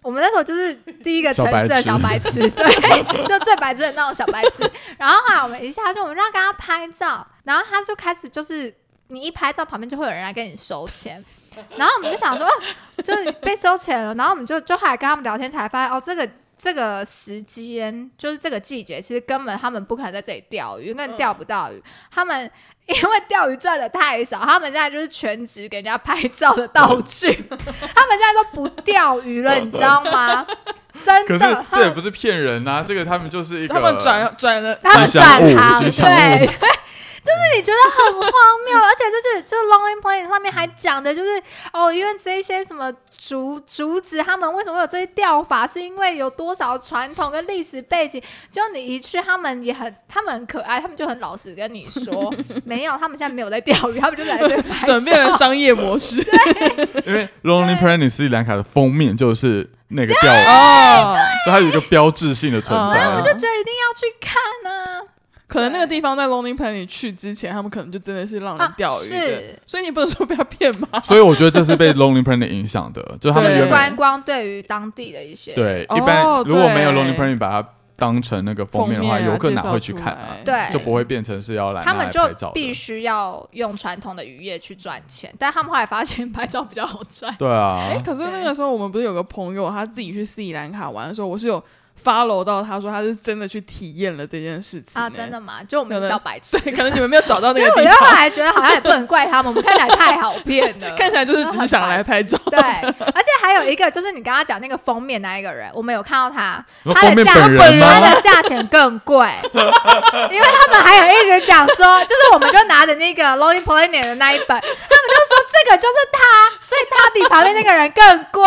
Speaker 1: 我们那时候就是第一个城市的小
Speaker 3: 小
Speaker 1: 白
Speaker 3: 白
Speaker 1: 痴，对，就最白痴的那种小白痴。然后后来我们一下就我们让跟他拍照，然后他就开始就是你一拍照，旁边就会有人来跟你收钱。然后我们就想说，呃就是被收钱了。然后我们就就后来跟他们聊天，才发现哦，这个这个时间就是这个季节，其实根本他们不可能在这里钓鱼，根本钓不到鱼。他们因为钓鱼赚的太少，他们现在就是全职给人家拍照的道具。 他们现在都不钓鱼了，你知道吗？真
Speaker 3: 可
Speaker 1: 的，
Speaker 3: 是
Speaker 1: 他
Speaker 3: 这也
Speaker 1: 们
Speaker 3: 不是骗人啊，这个他们就是一个
Speaker 2: 他们转转了，
Speaker 1: 他们
Speaker 3: 吉祥
Speaker 1: 转行，对，
Speaker 3: 物吉
Speaker 1: 就
Speaker 3: 祥物
Speaker 1: 是你觉得很荒谬，而且这是就 Lonely Planet 上面还讲的，就是哦，因为这些什么竹竹子，他们为什么会有这些钓法，是因为有多少传统跟历史背景。就你一去，他们也很，他们很可爱，他们就很老实跟你 说，没有，他们现在没有在钓鱼，他们就来这边拍照
Speaker 2: 转变了商业 模式。
Speaker 3: 因为 Lonely Planet 斯里兰卡的封面就是那个钓，
Speaker 2: 哦，
Speaker 3: 它有一个标志性的存
Speaker 2: 嗯
Speaker 3: 在
Speaker 2: 对
Speaker 1: 我
Speaker 3: 啊。
Speaker 1: 就觉得一定要去看呢、
Speaker 2: 可可能那个地方在 Lonely Planet 去之前，他们可能就真的是让人
Speaker 1: 啊
Speaker 2: 钓鱼的，
Speaker 1: 是
Speaker 2: 所以你不能说被他骗嘛。
Speaker 3: 所以我觉得这是被 Lonely Planet 影响的，就他们
Speaker 1: 就
Speaker 2: 对
Speaker 1: 是
Speaker 3: 原
Speaker 1: 观
Speaker 3: 本
Speaker 1: 光对于当地的一些
Speaker 3: 对
Speaker 2: 哦
Speaker 3: 一般如果没有
Speaker 2: 对
Speaker 3: Lonely Planet 把它当成那个封面的话，
Speaker 2: 啊
Speaker 3: 游客哪
Speaker 2: 介绍
Speaker 3: 会去
Speaker 2: 出
Speaker 3: 看啊
Speaker 2: 来？
Speaker 1: 对
Speaker 3: 就不会变成是要来
Speaker 1: 他
Speaker 3: 拿
Speaker 1: 们
Speaker 3: 来
Speaker 1: 就
Speaker 3: 拍照
Speaker 1: 必
Speaker 3: 的。
Speaker 1: 须要用传统的渔业去赚钱，但他们后来发现拍照比较好赚。
Speaker 3: 对啊
Speaker 2: 哎、，可是那个时候我们不是有个朋友，他自己去斯里兰卡玩的时候，我是有 follow 到他说他是真的去体验了这件事情、
Speaker 1: 啊，真。的吗？就我们
Speaker 2: 有的
Speaker 1: 小白痴。
Speaker 2: 对，可能你们没有找 到
Speaker 1: 所
Speaker 2: 那
Speaker 1: 以
Speaker 2: 个
Speaker 1: 我
Speaker 2: 地
Speaker 1: 觉得后
Speaker 2: 方，。
Speaker 1: 来觉得好像也不能怪他们，我们看起来太好骗了
Speaker 2: 看起来就是只是想来拍照。
Speaker 1: 对，而且还有一个就是你刚刚讲那个封面那一个人，我们有看到他，
Speaker 3: 你说
Speaker 1: 他
Speaker 3: 封
Speaker 1: 的
Speaker 3: 面
Speaker 1: 价
Speaker 3: 本人
Speaker 1: 他
Speaker 3: 吗？
Speaker 1: 的价钱更贵，因为他们还有一直讲说，就是我们就拿着那个 Lonely Planet 的那一本，他们就说这个就是他，所以他比旁边那个人更贵，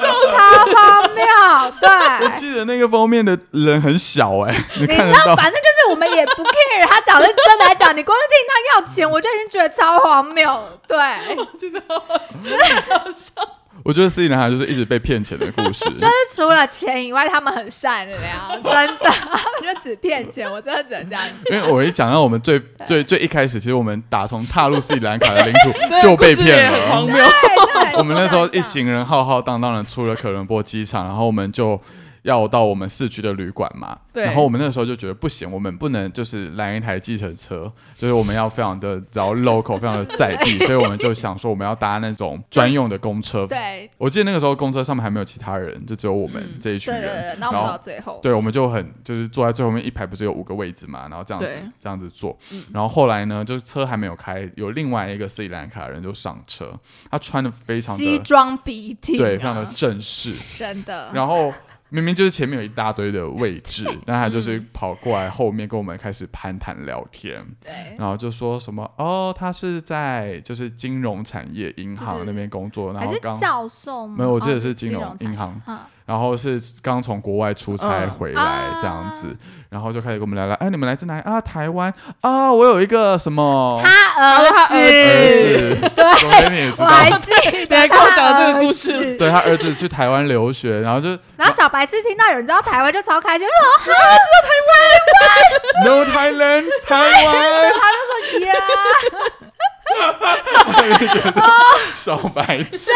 Speaker 1: 超荒谬，
Speaker 3: 我
Speaker 1: 对。
Speaker 3: 记得那个封面的人很小哎、你
Speaker 1: 你
Speaker 3: 看
Speaker 1: 知
Speaker 3: 得
Speaker 1: 道，
Speaker 3: 到？
Speaker 1: 反正就是我们也不 care 他讲的是真的还讲，你光是听他要钱，我就已经觉得超荒谬。对，
Speaker 3: 我觉得斯里兰卡就是一直被骗钱的故事。
Speaker 1: 就是除了钱以外，他们很善良，真的，他们就只骗钱，我真的只能这样 讲。
Speaker 3: 因为我一讲到我们最最最一开始，其实我们打从踏入斯里兰卡的领土
Speaker 2: 对
Speaker 3: 就被
Speaker 2: 故事也
Speaker 3: 骗
Speaker 2: 很
Speaker 3: 了
Speaker 2: 荒。谬。
Speaker 1: 对对
Speaker 3: 我们那时候一
Speaker 1: 行。
Speaker 3: 行人浩浩荡荡的出了科伦坡机场，然后我们就要到我们市区的旅馆嘛。
Speaker 2: 对
Speaker 3: 然后我们那时候就觉得不行，我们不能就是拦一台计程车， 就是我们要非常的然后 local，非常的在 地，所以我们就想说我们要搭那种专用的公车。
Speaker 1: 对
Speaker 3: 我记得那个时候公车上面还没有其他人，就只有我们这一群
Speaker 1: 对对
Speaker 3: 人。
Speaker 1: 对，那
Speaker 3: 然
Speaker 1: 我们
Speaker 3: 后
Speaker 1: 到最后，
Speaker 3: 对，我们就很就是坐在最后面一排，不是有五个位置嘛，然后这样子
Speaker 2: 对
Speaker 3: 这样子坐。
Speaker 1: 嗯
Speaker 3: 然后后来呢，就是车还没有开，有另外一个斯里兰卡人就上车，他穿的非常
Speaker 1: 西
Speaker 3: 的
Speaker 1: 装笔挺、啊，
Speaker 3: 对，非常的正式。
Speaker 1: 真的。
Speaker 3: 然后明明就是前面有一大堆的位 置，
Speaker 1: 嗯
Speaker 3: 但他就是跑过来后面跟我们开始攀谈聊天，
Speaker 1: 对，
Speaker 3: 然后就说什么哦，他是在就是金融产业银行那边工作，然
Speaker 1: 还
Speaker 3: 后
Speaker 1: 是
Speaker 3: 刚。
Speaker 1: 教授吗？
Speaker 3: 没有，我记
Speaker 1: 哦
Speaker 3: 得是金
Speaker 1: 融嗯
Speaker 3: 融银行，
Speaker 1: 行，
Speaker 3: 然后是刚从国外出差
Speaker 2: 嗯
Speaker 3: 回来
Speaker 1: 啊
Speaker 3: 这样子，然后就开始跟我们聊聊，哎，你们来自哪里啊？台湾啊，我有一个什么
Speaker 1: 哦他儿子，
Speaker 3: 儿子，
Speaker 1: 对，
Speaker 3: 总监你也 知
Speaker 1: 我
Speaker 3: 道，
Speaker 1: 还记
Speaker 2: 你
Speaker 1: 得
Speaker 2: 还跟我讲了
Speaker 1: 他
Speaker 2: 这个故
Speaker 1: 儿
Speaker 2: 事
Speaker 1: 子。
Speaker 3: 对他儿子去台湾留学，然后就
Speaker 1: 然后小白痴听到有人知道台湾就超开心，就
Speaker 3: No Thailand，台
Speaker 1: 说，他
Speaker 3: 湾
Speaker 1: 就说耶，
Speaker 3: 小白痴，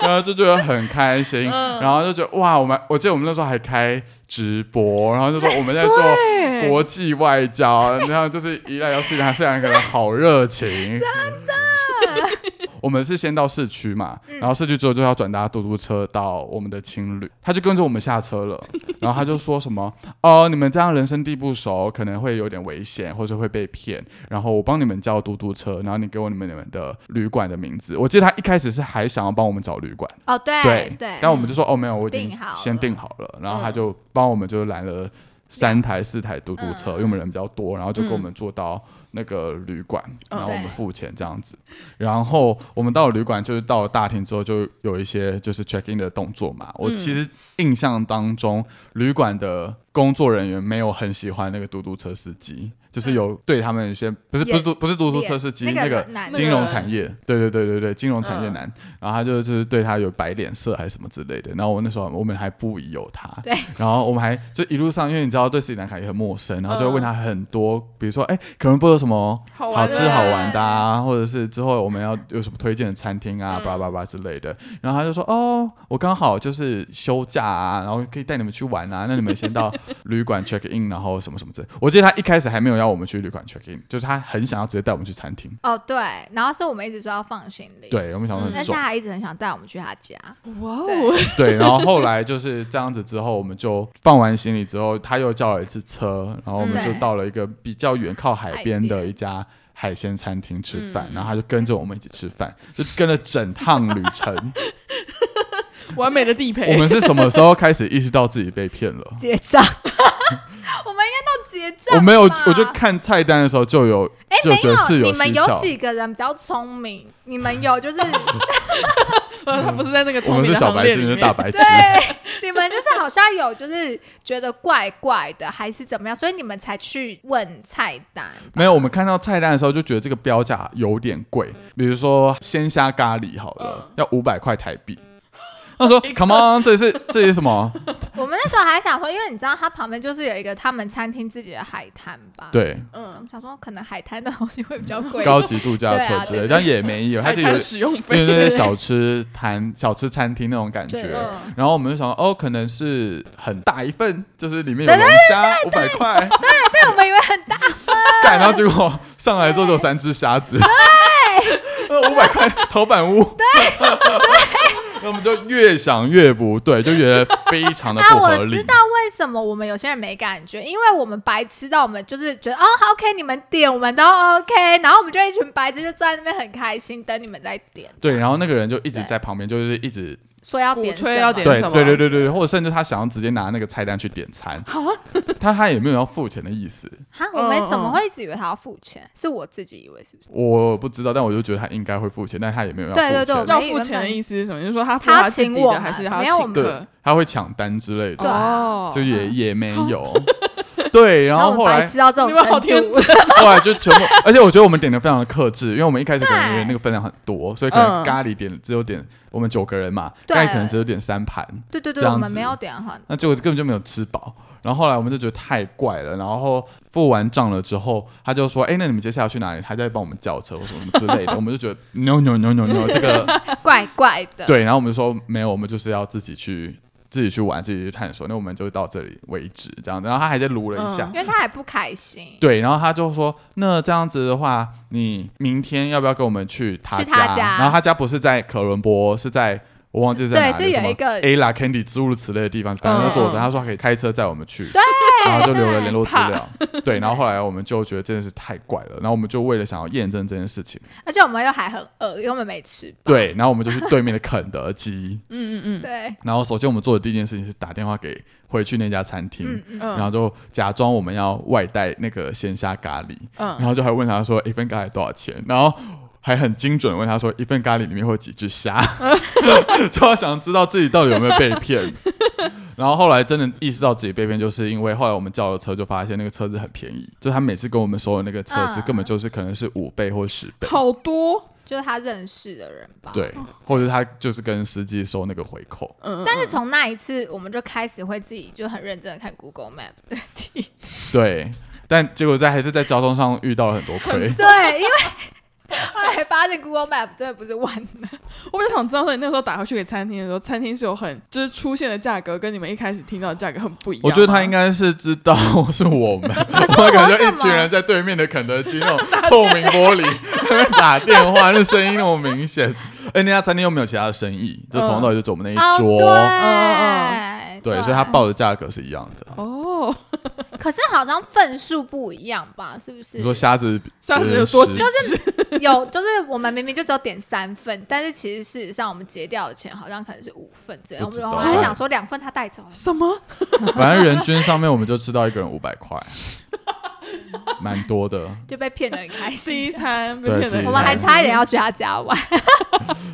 Speaker 3: 然后就觉得很开心，
Speaker 1: 嗯
Speaker 3: 然后就觉得哇，我们我记得我们那时候还开直播，然后就说我们在
Speaker 2: 哎
Speaker 3: 做国际外交，然后就是一来到斯里兰卡，斯里兰卡人好热情，真的。嗯我们是先到市区嘛，然后市区之后就要转搭嘟嘟车到我们的青旅，他就跟着我们下车 了，然后他就说什么哦，你们这样人生地不熟，可能会有点危险，或者会被骗。然后我帮你们叫嘟嘟车，然后你给我你们你们的旅馆的名字。我记得他一开始是还想要帮我们找旅馆，
Speaker 1: 哦对
Speaker 3: 对
Speaker 1: 对，
Speaker 3: 但我们就说哦没有，我已经
Speaker 1: 订好
Speaker 3: 先
Speaker 1: 了嗯
Speaker 3: 订好了。然后他就帮我们就拦了三台四台嘟嘟
Speaker 1: 嗯
Speaker 3: 车，因为我们人比较多，然后就跟我们坐到那个旅馆，
Speaker 2: 嗯
Speaker 3: 然后我们
Speaker 1: 对
Speaker 3: 付钱这样子。然后我们到了旅馆，就是到了大厅之后，就有一些就是 check in 的动作嘛。
Speaker 1: 嗯
Speaker 3: 我其实印象当中，旅馆的工作人员没有很喜欢那个嘟嘟车司机。
Speaker 1: 嗯
Speaker 3: 就是有对他们一些不是不是嘟不是嘟嘟车司机
Speaker 1: 那
Speaker 3: 那
Speaker 1: 个
Speaker 3: 个
Speaker 1: 男
Speaker 3: 金
Speaker 2: 那
Speaker 3: 融
Speaker 2: 个
Speaker 3: 产业，对对对对对，金融产业
Speaker 2: 嗯
Speaker 3: 男，然后他就就是对他有摆脸色还是什么之类的，然后我那时候我们还不疑有他，
Speaker 1: 对，
Speaker 3: 然后我们还就一路上，因为你知道对斯里兰卡也很陌
Speaker 2: 嗯
Speaker 3: 生，然后就会问他很多，比如说哎，可能不有什么
Speaker 2: 好
Speaker 3: 好
Speaker 2: 玩的
Speaker 3: 吃
Speaker 2: 啊
Speaker 3: 好玩的啊，或者是之后我们要有什么推荐的餐厅啊，
Speaker 2: 嗯
Speaker 3: 巴拉巴拉之类的，然后他就说哦，我刚好就是休假啊，然后可以带你们去玩啊，那你们先到旅馆 check in，然后什么什么之类的，我记得他一开始还没有要我们去旅馆 check in，就是他很想要直接带我们去餐厅。
Speaker 1: 哦对，然后是我们一直说要放行李，，
Speaker 3: 对，我们想说很
Speaker 1: 但是
Speaker 3: 重
Speaker 1: 他。还一直很想带我们去他家，
Speaker 2: 哇哦
Speaker 1: 对！
Speaker 3: 对，然后后来就是这样子之后，我们就放完行李之后，他又叫了一次车，然后我们
Speaker 1: 嗯
Speaker 3: 就
Speaker 1: 对
Speaker 3: 到了一个比较远靠海
Speaker 1: 海
Speaker 3: 边的
Speaker 1: 边
Speaker 3: 一家海鲜餐厅吃饭，
Speaker 2: 嗯
Speaker 3: 然后他就跟着我们一起吃饭，就跟了整趟旅 程。
Speaker 2: 完美的地
Speaker 3: 我
Speaker 2: 陪，
Speaker 3: 们是什么时候开始意识到自己被骗了？
Speaker 1: 结 账，我们应该到结账吧。
Speaker 3: 我没有，我就看菜单的时候就有，
Speaker 1: 哎，
Speaker 3: 就
Speaker 1: 没
Speaker 3: 觉得是
Speaker 1: 有，
Speaker 3: 有
Speaker 1: 你们
Speaker 3: 蹊
Speaker 1: 有
Speaker 3: 跷
Speaker 1: 几个人比较聪明？你们有 就是
Speaker 2: 呃他不是在那个
Speaker 3: 我
Speaker 2: 聪
Speaker 3: 们
Speaker 2: 明
Speaker 3: 是
Speaker 2: 的
Speaker 3: 小
Speaker 2: 行
Speaker 3: 白
Speaker 2: 列
Speaker 3: 痴，
Speaker 2: 里
Speaker 3: 你
Speaker 2: 面
Speaker 3: 是大白痴。
Speaker 1: 对， 你们就是好像有就是觉得怪怪的，还是怎么样，所以你们才去问菜单。
Speaker 3: 没有，我们看到菜单的时候就觉得这个标价有点贵，比如说鲜虾
Speaker 1: 嗯
Speaker 3: 咖喱好了，要五百块台币。他说：“Come on，这里是这里是什么？
Speaker 1: 我们那时候还想说，因为你知道它旁边就是有一个他们餐厅自己的海滩吧？。
Speaker 3: 对，
Speaker 1: 我
Speaker 2: 嗯
Speaker 1: 们，想说可能海滩的东西会比较贵，
Speaker 3: 高级度假
Speaker 1: 对啊
Speaker 3: 村之类，
Speaker 1: 对
Speaker 3: 但也没有，它
Speaker 2: 还
Speaker 3: 就有
Speaker 2: 看使用
Speaker 3: 因为
Speaker 2: 费，
Speaker 3: 那些小吃摊、小吃餐厅那种感
Speaker 1: 对
Speaker 3: 觉。
Speaker 2: 嗯，
Speaker 3: 然后我们就想，哦，可能是很大一份，就是里面有龙虾五百块，
Speaker 1: 但我们以为很大，
Speaker 3: 干，然后结果上来之后只有三只虾子， 对，五百块头版 屋，对，那我们就越想越不对，就觉得非常的
Speaker 1: 但
Speaker 3: 不
Speaker 1: 我
Speaker 3: 合
Speaker 1: 知
Speaker 3: 理
Speaker 1: 道。为什么我们有些人没感觉，因为我们白痴到我们就是觉得哦好，OK，你们点我们都 OK，然后我们就一群白痴就坐在那边很开心等你们在点，
Speaker 3: 对，然后那个人就一直
Speaker 1: 对
Speaker 3: 在旁边，就是一直
Speaker 1: 说要
Speaker 2: 鼓
Speaker 1: 点
Speaker 2: 吹
Speaker 1: 什
Speaker 2: 要
Speaker 1: 么
Speaker 2: 点
Speaker 3: 对
Speaker 2: 什么
Speaker 3: 对对对对，或者甚至他想要直接拿那个菜单去点餐，
Speaker 1: 啊
Speaker 3: 他他也没有要付钱的意思，
Speaker 1: 哈，我们
Speaker 2: 嗯
Speaker 1: 怎么
Speaker 2: 嗯
Speaker 1: 会一直以为他要付钱？是我自己以为是不是？
Speaker 3: 我不知道，但我就觉得他应该会付钱，但他也没有要付
Speaker 1: 对
Speaker 3: 钱，
Speaker 1: 对对我们
Speaker 2: 要
Speaker 1: 以
Speaker 2: 付
Speaker 1: 为
Speaker 2: 钱的
Speaker 1: 哎本
Speaker 2: 意思是什么？就是说他付
Speaker 1: 他
Speaker 2: 他自
Speaker 1: 请
Speaker 2: 己
Speaker 1: 我
Speaker 2: 的，还
Speaker 1: 们
Speaker 2: 是他
Speaker 1: 没有我
Speaker 2: 请
Speaker 1: 们
Speaker 2: 客
Speaker 3: 对？他会抢单之类的，
Speaker 1: 对啊
Speaker 2: 哦，
Speaker 3: 就也也没 有，对，然后
Speaker 1: 我
Speaker 3: 后
Speaker 1: 们
Speaker 3: 来
Speaker 1: 白痴到这种
Speaker 2: 你们好
Speaker 1: 程
Speaker 2: 天
Speaker 1: 度，
Speaker 3: 后来就全部，而且我觉得我们点的非常的克制，因为我们一开始可能
Speaker 1: 对
Speaker 3: 因为那个分量很多，所以可能
Speaker 2: 嗯
Speaker 3: 咖喱点只有点我们九个人嘛，
Speaker 1: 对
Speaker 3: 咖喱可能只有点三盘，
Speaker 1: 对对对，
Speaker 3: 这
Speaker 1: 我
Speaker 3: 样
Speaker 1: 们
Speaker 3: 子
Speaker 1: 没有点很
Speaker 3: 那结果根本就没有吃饱。然后后来我们就觉得太怪了，然后付完账了之后，他就说：“哎，那你们接下来去哪里？”他在帮我们叫车或什么什么之类的，我们就觉得 no no no no no 这个
Speaker 1: 怪怪的。
Speaker 3: 对，然后我们就说没有，我们就是要自己去自己去玩，自己去探索。那我们就到这里为止，这样子。然后他还在撸了一下，
Speaker 1: 因为他还不开心，
Speaker 3: 对，然后他就说，那这样子的话，你明天要不要跟我们去他
Speaker 1: 去他家
Speaker 3: 然后他家不是在科伦坡，是在。我忘记
Speaker 1: 是
Speaker 3: 在哪
Speaker 1: 对
Speaker 3: 里
Speaker 1: 是有
Speaker 3: 什么
Speaker 1: 一个
Speaker 3: Ella Candy 诸如此类的地方，反正就坐
Speaker 2: 嗯
Speaker 3: 着。他说他可以开车载我们去，
Speaker 1: 对
Speaker 3: 然后就留了
Speaker 1: 对
Speaker 3: 联络 资料。对，然后后来我们就觉得真的是太怪了，然后我们就为了想要验证这件事情，
Speaker 1: 而且我们又还很饿，因为我们没吃饱。
Speaker 3: 对，然后我们就去对面的肯 德基，
Speaker 2: 嗯嗯
Speaker 1: 对，
Speaker 3: 然后首先我们做的第一件事情是打电话给回去那家餐厅，
Speaker 1: 嗯嗯，
Speaker 2: 嗯
Speaker 3: 然后
Speaker 2: 嗯
Speaker 3: 就假装我们要外带那个鲜虾咖喱，然
Speaker 2: 嗯，
Speaker 3: 后就还问他说一份咖喱多少钱，然后还很精准地问他说一份咖喱里面会有几只虾， 就要想知道自己到底有没有被骗。然后后来真的意识到自己被骗，就是因为后来我们叫了车，就发现那个车子很便宜，就他每次跟我们说的那个车子
Speaker 1: 嗯
Speaker 3: 根本就是可能是五倍或十倍，
Speaker 2: 好多，
Speaker 1: 就是他认识的人吧。。
Speaker 3: 对，或者他就是跟司机收那个回扣。
Speaker 2: 嗯，
Speaker 1: 但是从那一次，我们就开始会自己就很认真的看 Google Map 的地。
Speaker 3: 对，但结果在还是在交通上遇到了很多亏。
Speaker 1: 对，因为 后来发现 Google Map 真的不是万能。
Speaker 2: 我比较想知道说你那个时候打回去给餐厅的时候，餐厅是有很就是出现的价格跟你们一开始听到的价格很不一样吗。
Speaker 3: 我觉得他应该是知道 是我 们，
Speaker 1: 是
Speaker 3: 我感
Speaker 1: 我
Speaker 3: 觉
Speaker 1: 怎
Speaker 3: 一
Speaker 1: 么
Speaker 3: 群人在对面的肯德基那种透明玻璃 在那边打电话，那声音那么明显。哎，那家餐厅又没有其他的生意，
Speaker 2: 嗯
Speaker 3: 就从头到尾就走我们那
Speaker 2: 哦
Speaker 3: 一桌。
Speaker 2: 啊
Speaker 1: 对，
Speaker 3: 哦对，所以他报的价格是一样的。
Speaker 2: 哦，
Speaker 1: 可是好像份数不一样吧？是不是？
Speaker 3: 你说虾子
Speaker 2: 这样子有多
Speaker 3: 就
Speaker 2: 几
Speaker 3: 是
Speaker 2: 只？
Speaker 1: 有，就是我们明明就只有点三份，但是其实事实上我们结掉的钱好像可能是五份这样。
Speaker 3: 不知
Speaker 1: 然
Speaker 3: 道
Speaker 1: 后我们就想说两份他带走了，
Speaker 2: 什么？
Speaker 3: 反正人均上面我们就吃到一个人五百 块，蛮多的。
Speaker 1: 就被骗得很开
Speaker 2: 第
Speaker 1: 心
Speaker 2: 一。餐被
Speaker 3: 对
Speaker 2: 骗
Speaker 3: 自己
Speaker 2: 的，
Speaker 1: 我们还差一点要去他家玩，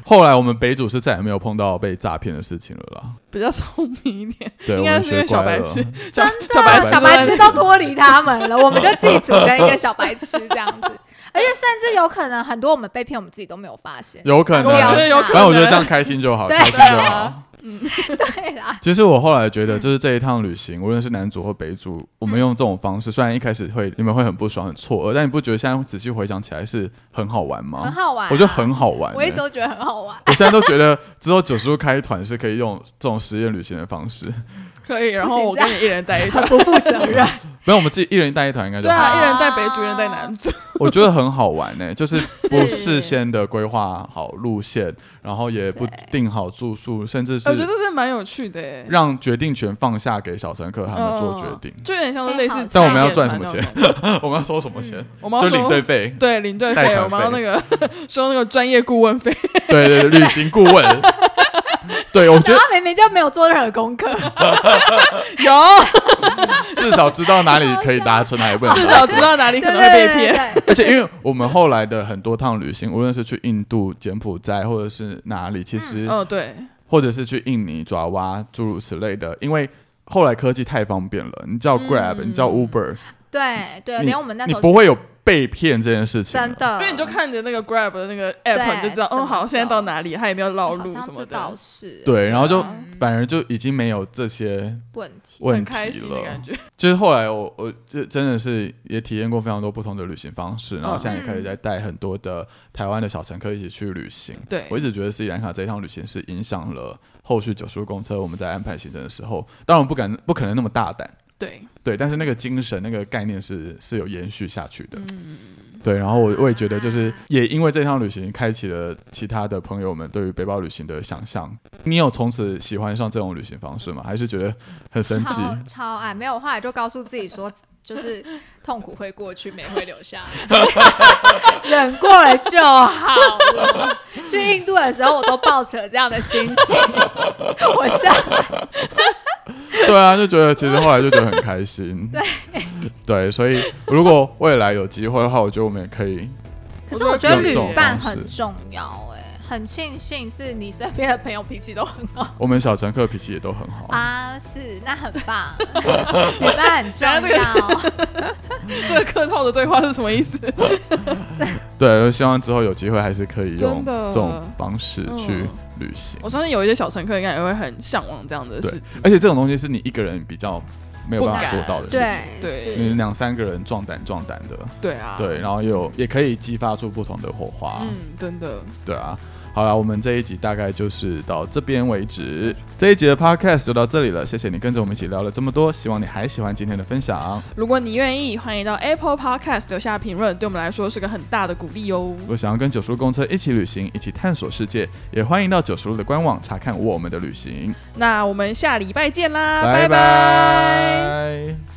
Speaker 3: 后来我们北主是再也没有碰到被诈骗的事情了啦。
Speaker 2: 比较聪明一点，
Speaker 3: 对，
Speaker 2: 应
Speaker 3: 我
Speaker 2: 该
Speaker 3: 们
Speaker 2: 是因为
Speaker 3: 学
Speaker 2: 小
Speaker 3: 乖
Speaker 2: 白
Speaker 3: 了。
Speaker 2: 痴，小
Speaker 1: 真 的
Speaker 2: 小白痴，
Speaker 1: 啊小白痴都脱离他们了，我们就自己组成一个小白痴这样 子。而且甚至有可能很多我们被骗，我们自己都没有发现。
Speaker 3: 有可能，
Speaker 2: 我觉得有可能。
Speaker 3: 反正我觉得这样开心就好，
Speaker 1: 对
Speaker 3: 开心就
Speaker 2: 啊
Speaker 3: 好。
Speaker 1: 对啦，
Speaker 3: 其实我后来觉得，就是这一趟旅行，无论是男主或北主，我们用这种方式，虽然一开始会你们会很不爽、很错愕，但你不觉得现在仔细回想起来是很好玩吗？
Speaker 1: 很好玩啊。
Speaker 3: 哦我觉得很好玩、
Speaker 1: 我一直
Speaker 3: 欸
Speaker 1: 都觉得很好玩。
Speaker 3: 我现在都觉得之后九叔开团是可以用这种实验旅行的方式，
Speaker 2: 可以，然后我跟你一人带一
Speaker 1: 很
Speaker 2: 团。
Speaker 1: 不负责任，
Speaker 3: 不然我们自己一人带一团应该就
Speaker 2: 对
Speaker 3: 好
Speaker 2: 啊，
Speaker 3: 了。
Speaker 2: 一人带北主，一人带南主，
Speaker 3: 我觉得很好玩呢、就是不
Speaker 1: 是
Speaker 3: 事先的规划好路线，然后也不
Speaker 1: 对
Speaker 3: 定好住宿，甚至
Speaker 2: 我觉得
Speaker 3: 是
Speaker 2: 这是蛮有趣的欸耶。
Speaker 3: 让决定权放下给小乘客他们
Speaker 2: 嗯
Speaker 3: 做决 定。哎
Speaker 2: 就有点像是类似。
Speaker 1: 但我
Speaker 3: 们要赚什么钱
Speaker 2: 钱？
Speaker 3: 我们要收什么钱？
Speaker 2: 我们要
Speaker 3: 就领
Speaker 2: 收
Speaker 3: 队费。
Speaker 2: 对领队
Speaker 3: 带
Speaker 2: 费，
Speaker 3: 团
Speaker 2: 我们要那个 收那个专业顾问费。
Speaker 3: 对对对，旅行顾 问。对，我觉
Speaker 1: 然
Speaker 3: 得
Speaker 1: 后明明就没有做任何功课，
Speaker 2: 有，
Speaker 3: 至少知道哪里可以搭车，哪里不能
Speaker 2: 至
Speaker 3: 搭
Speaker 2: 少
Speaker 3: 车。
Speaker 2: 知道哪里
Speaker 1: 对
Speaker 2: 可
Speaker 1: 对
Speaker 2: 能会
Speaker 1: 对
Speaker 2: 被
Speaker 1: 对
Speaker 2: 骗。
Speaker 1: 对，
Speaker 3: 而且，因为我们后来的很多趟旅行，无论是去印度、柬埔寨，或者是哪里，其实、
Speaker 1: 哦
Speaker 2: 嗯，对，
Speaker 3: 或者是去印尼、爪哇，诸如此类的，因为后来科技太方便了，你叫 Grab，、
Speaker 2: 嗯
Speaker 3: 你叫 Uber，
Speaker 1: 对对，
Speaker 3: 你
Speaker 1: 连我们那
Speaker 3: 你
Speaker 1: 头
Speaker 3: 不会有被骗这件事情。
Speaker 1: 真，的，
Speaker 2: 因为你就看着那个 Grab 的那个 app，
Speaker 1: 对
Speaker 2: 你就知道，
Speaker 1: 怎
Speaker 2: 哦，
Speaker 1: 么
Speaker 2: 好，
Speaker 1: 走
Speaker 2: 现在到哪里，他也没有绕
Speaker 1: 好
Speaker 2: 路
Speaker 1: 像
Speaker 2: 什么
Speaker 1: 这
Speaker 2: 的
Speaker 1: 倒，是
Speaker 3: 对，然后就
Speaker 2: 啊
Speaker 3: 反而就已经没有这些
Speaker 1: 问题，
Speaker 3: 问
Speaker 2: 很
Speaker 3: 题
Speaker 2: 开心的
Speaker 3: 了
Speaker 2: 感觉。
Speaker 3: 就是后来我我就真的是也体验过非常多不同的旅行方式，然后现在也开始在带很多的台湾的小乘客一起去旅行。
Speaker 2: 对，
Speaker 3: 我一直觉得斯里兰卡这一趟旅行是影响了后续九叔公车我们在安排行程的时候，当然我不敢不可能那么大胆，
Speaker 2: 对，
Speaker 3: 对，但是那个精神那个概念是是有延续下去的。对，然后我我也觉得，就是也因为这趟旅行，开启了其他的朋友们对于背包旅行的想象。你有从此喜欢上这种旅行方式吗？还是觉得很神奇？
Speaker 1: 超超爱，没有，我后来就告诉自己说，就是痛苦会过去，美会留下来，忍过了就好了。去印度的时候，我都抱持了这样的心情， 我下
Speaker 3: 对啊，就觉得其实后来就觉得很开心。 对，所以如果未来有机会的话，我觉得我们也可以。
Speaker 1: 可是我觉得
Speaker 3: 有这
Speaker 1: 旅
Speaker 3: 种
Speaker 1: 伴
Speaker 3: 方式
Speaker 1: 很重要、哎，很庆幸是你身边的朋友脾气都很好
Speaker 3: 我们小乘客脾气也都很好。
Speaker 1: 啊，是那很 棒，旅伴很重
Speaker 2: 讲到这个
Speaker 1: 要。
Speaker 2: 这个客套的对话是什么意 思？
Speaker 3: 对，我希望之后有机会还是可以
Speaker 2: 真
Speaker 3: 用
Speaker 2: 的
Speaker 3: 这种方式去
Speaker 2: 嗯
Speaker 3: 旅行。
Speaker 2: 我相信有一些小乘客应该也会很向往这样的
Speaker 3: 对
Speaker 2: 事情，。
Speaker 3: 而且这种东西是你一个人比较没有办
Speaker 2: 不
Speaker 3: 法
Speaker 2: 敢
Speaker 3: 做到的事
Speaker 1: 对
Speaker 3: 情。
Speaker 2: 对
Speaker 3: 你
Speaker 1: 是
Speaker 3: 两三个人壮胆壮胆的，
Speaker 2: 对啊，
Speaker 3: 对，，然后也有也可以激发出不同的火花，
Speaker 2: 嗯，真的，
Speaker 3: 对啊。好了，我们这一集大概就是到这边为止，这一集的 podcast 就到这里了。谢谢你跟着我们一起聊了这么多，希望你还喜欢今天的分享。
Speaker 2: 如果你愿意，欢迎到 Apple Podcast 留下评论，对我们来说是个很大的鼓励哦。
Speaker 3: 如果想要跟九叔公车一起旅行，一起探索世界，也欢迎到九叔路的官网查看我们的旅行。
Speaker 2: 那我们下礼拜见啦，拜拜
Speaker 3: 拜拜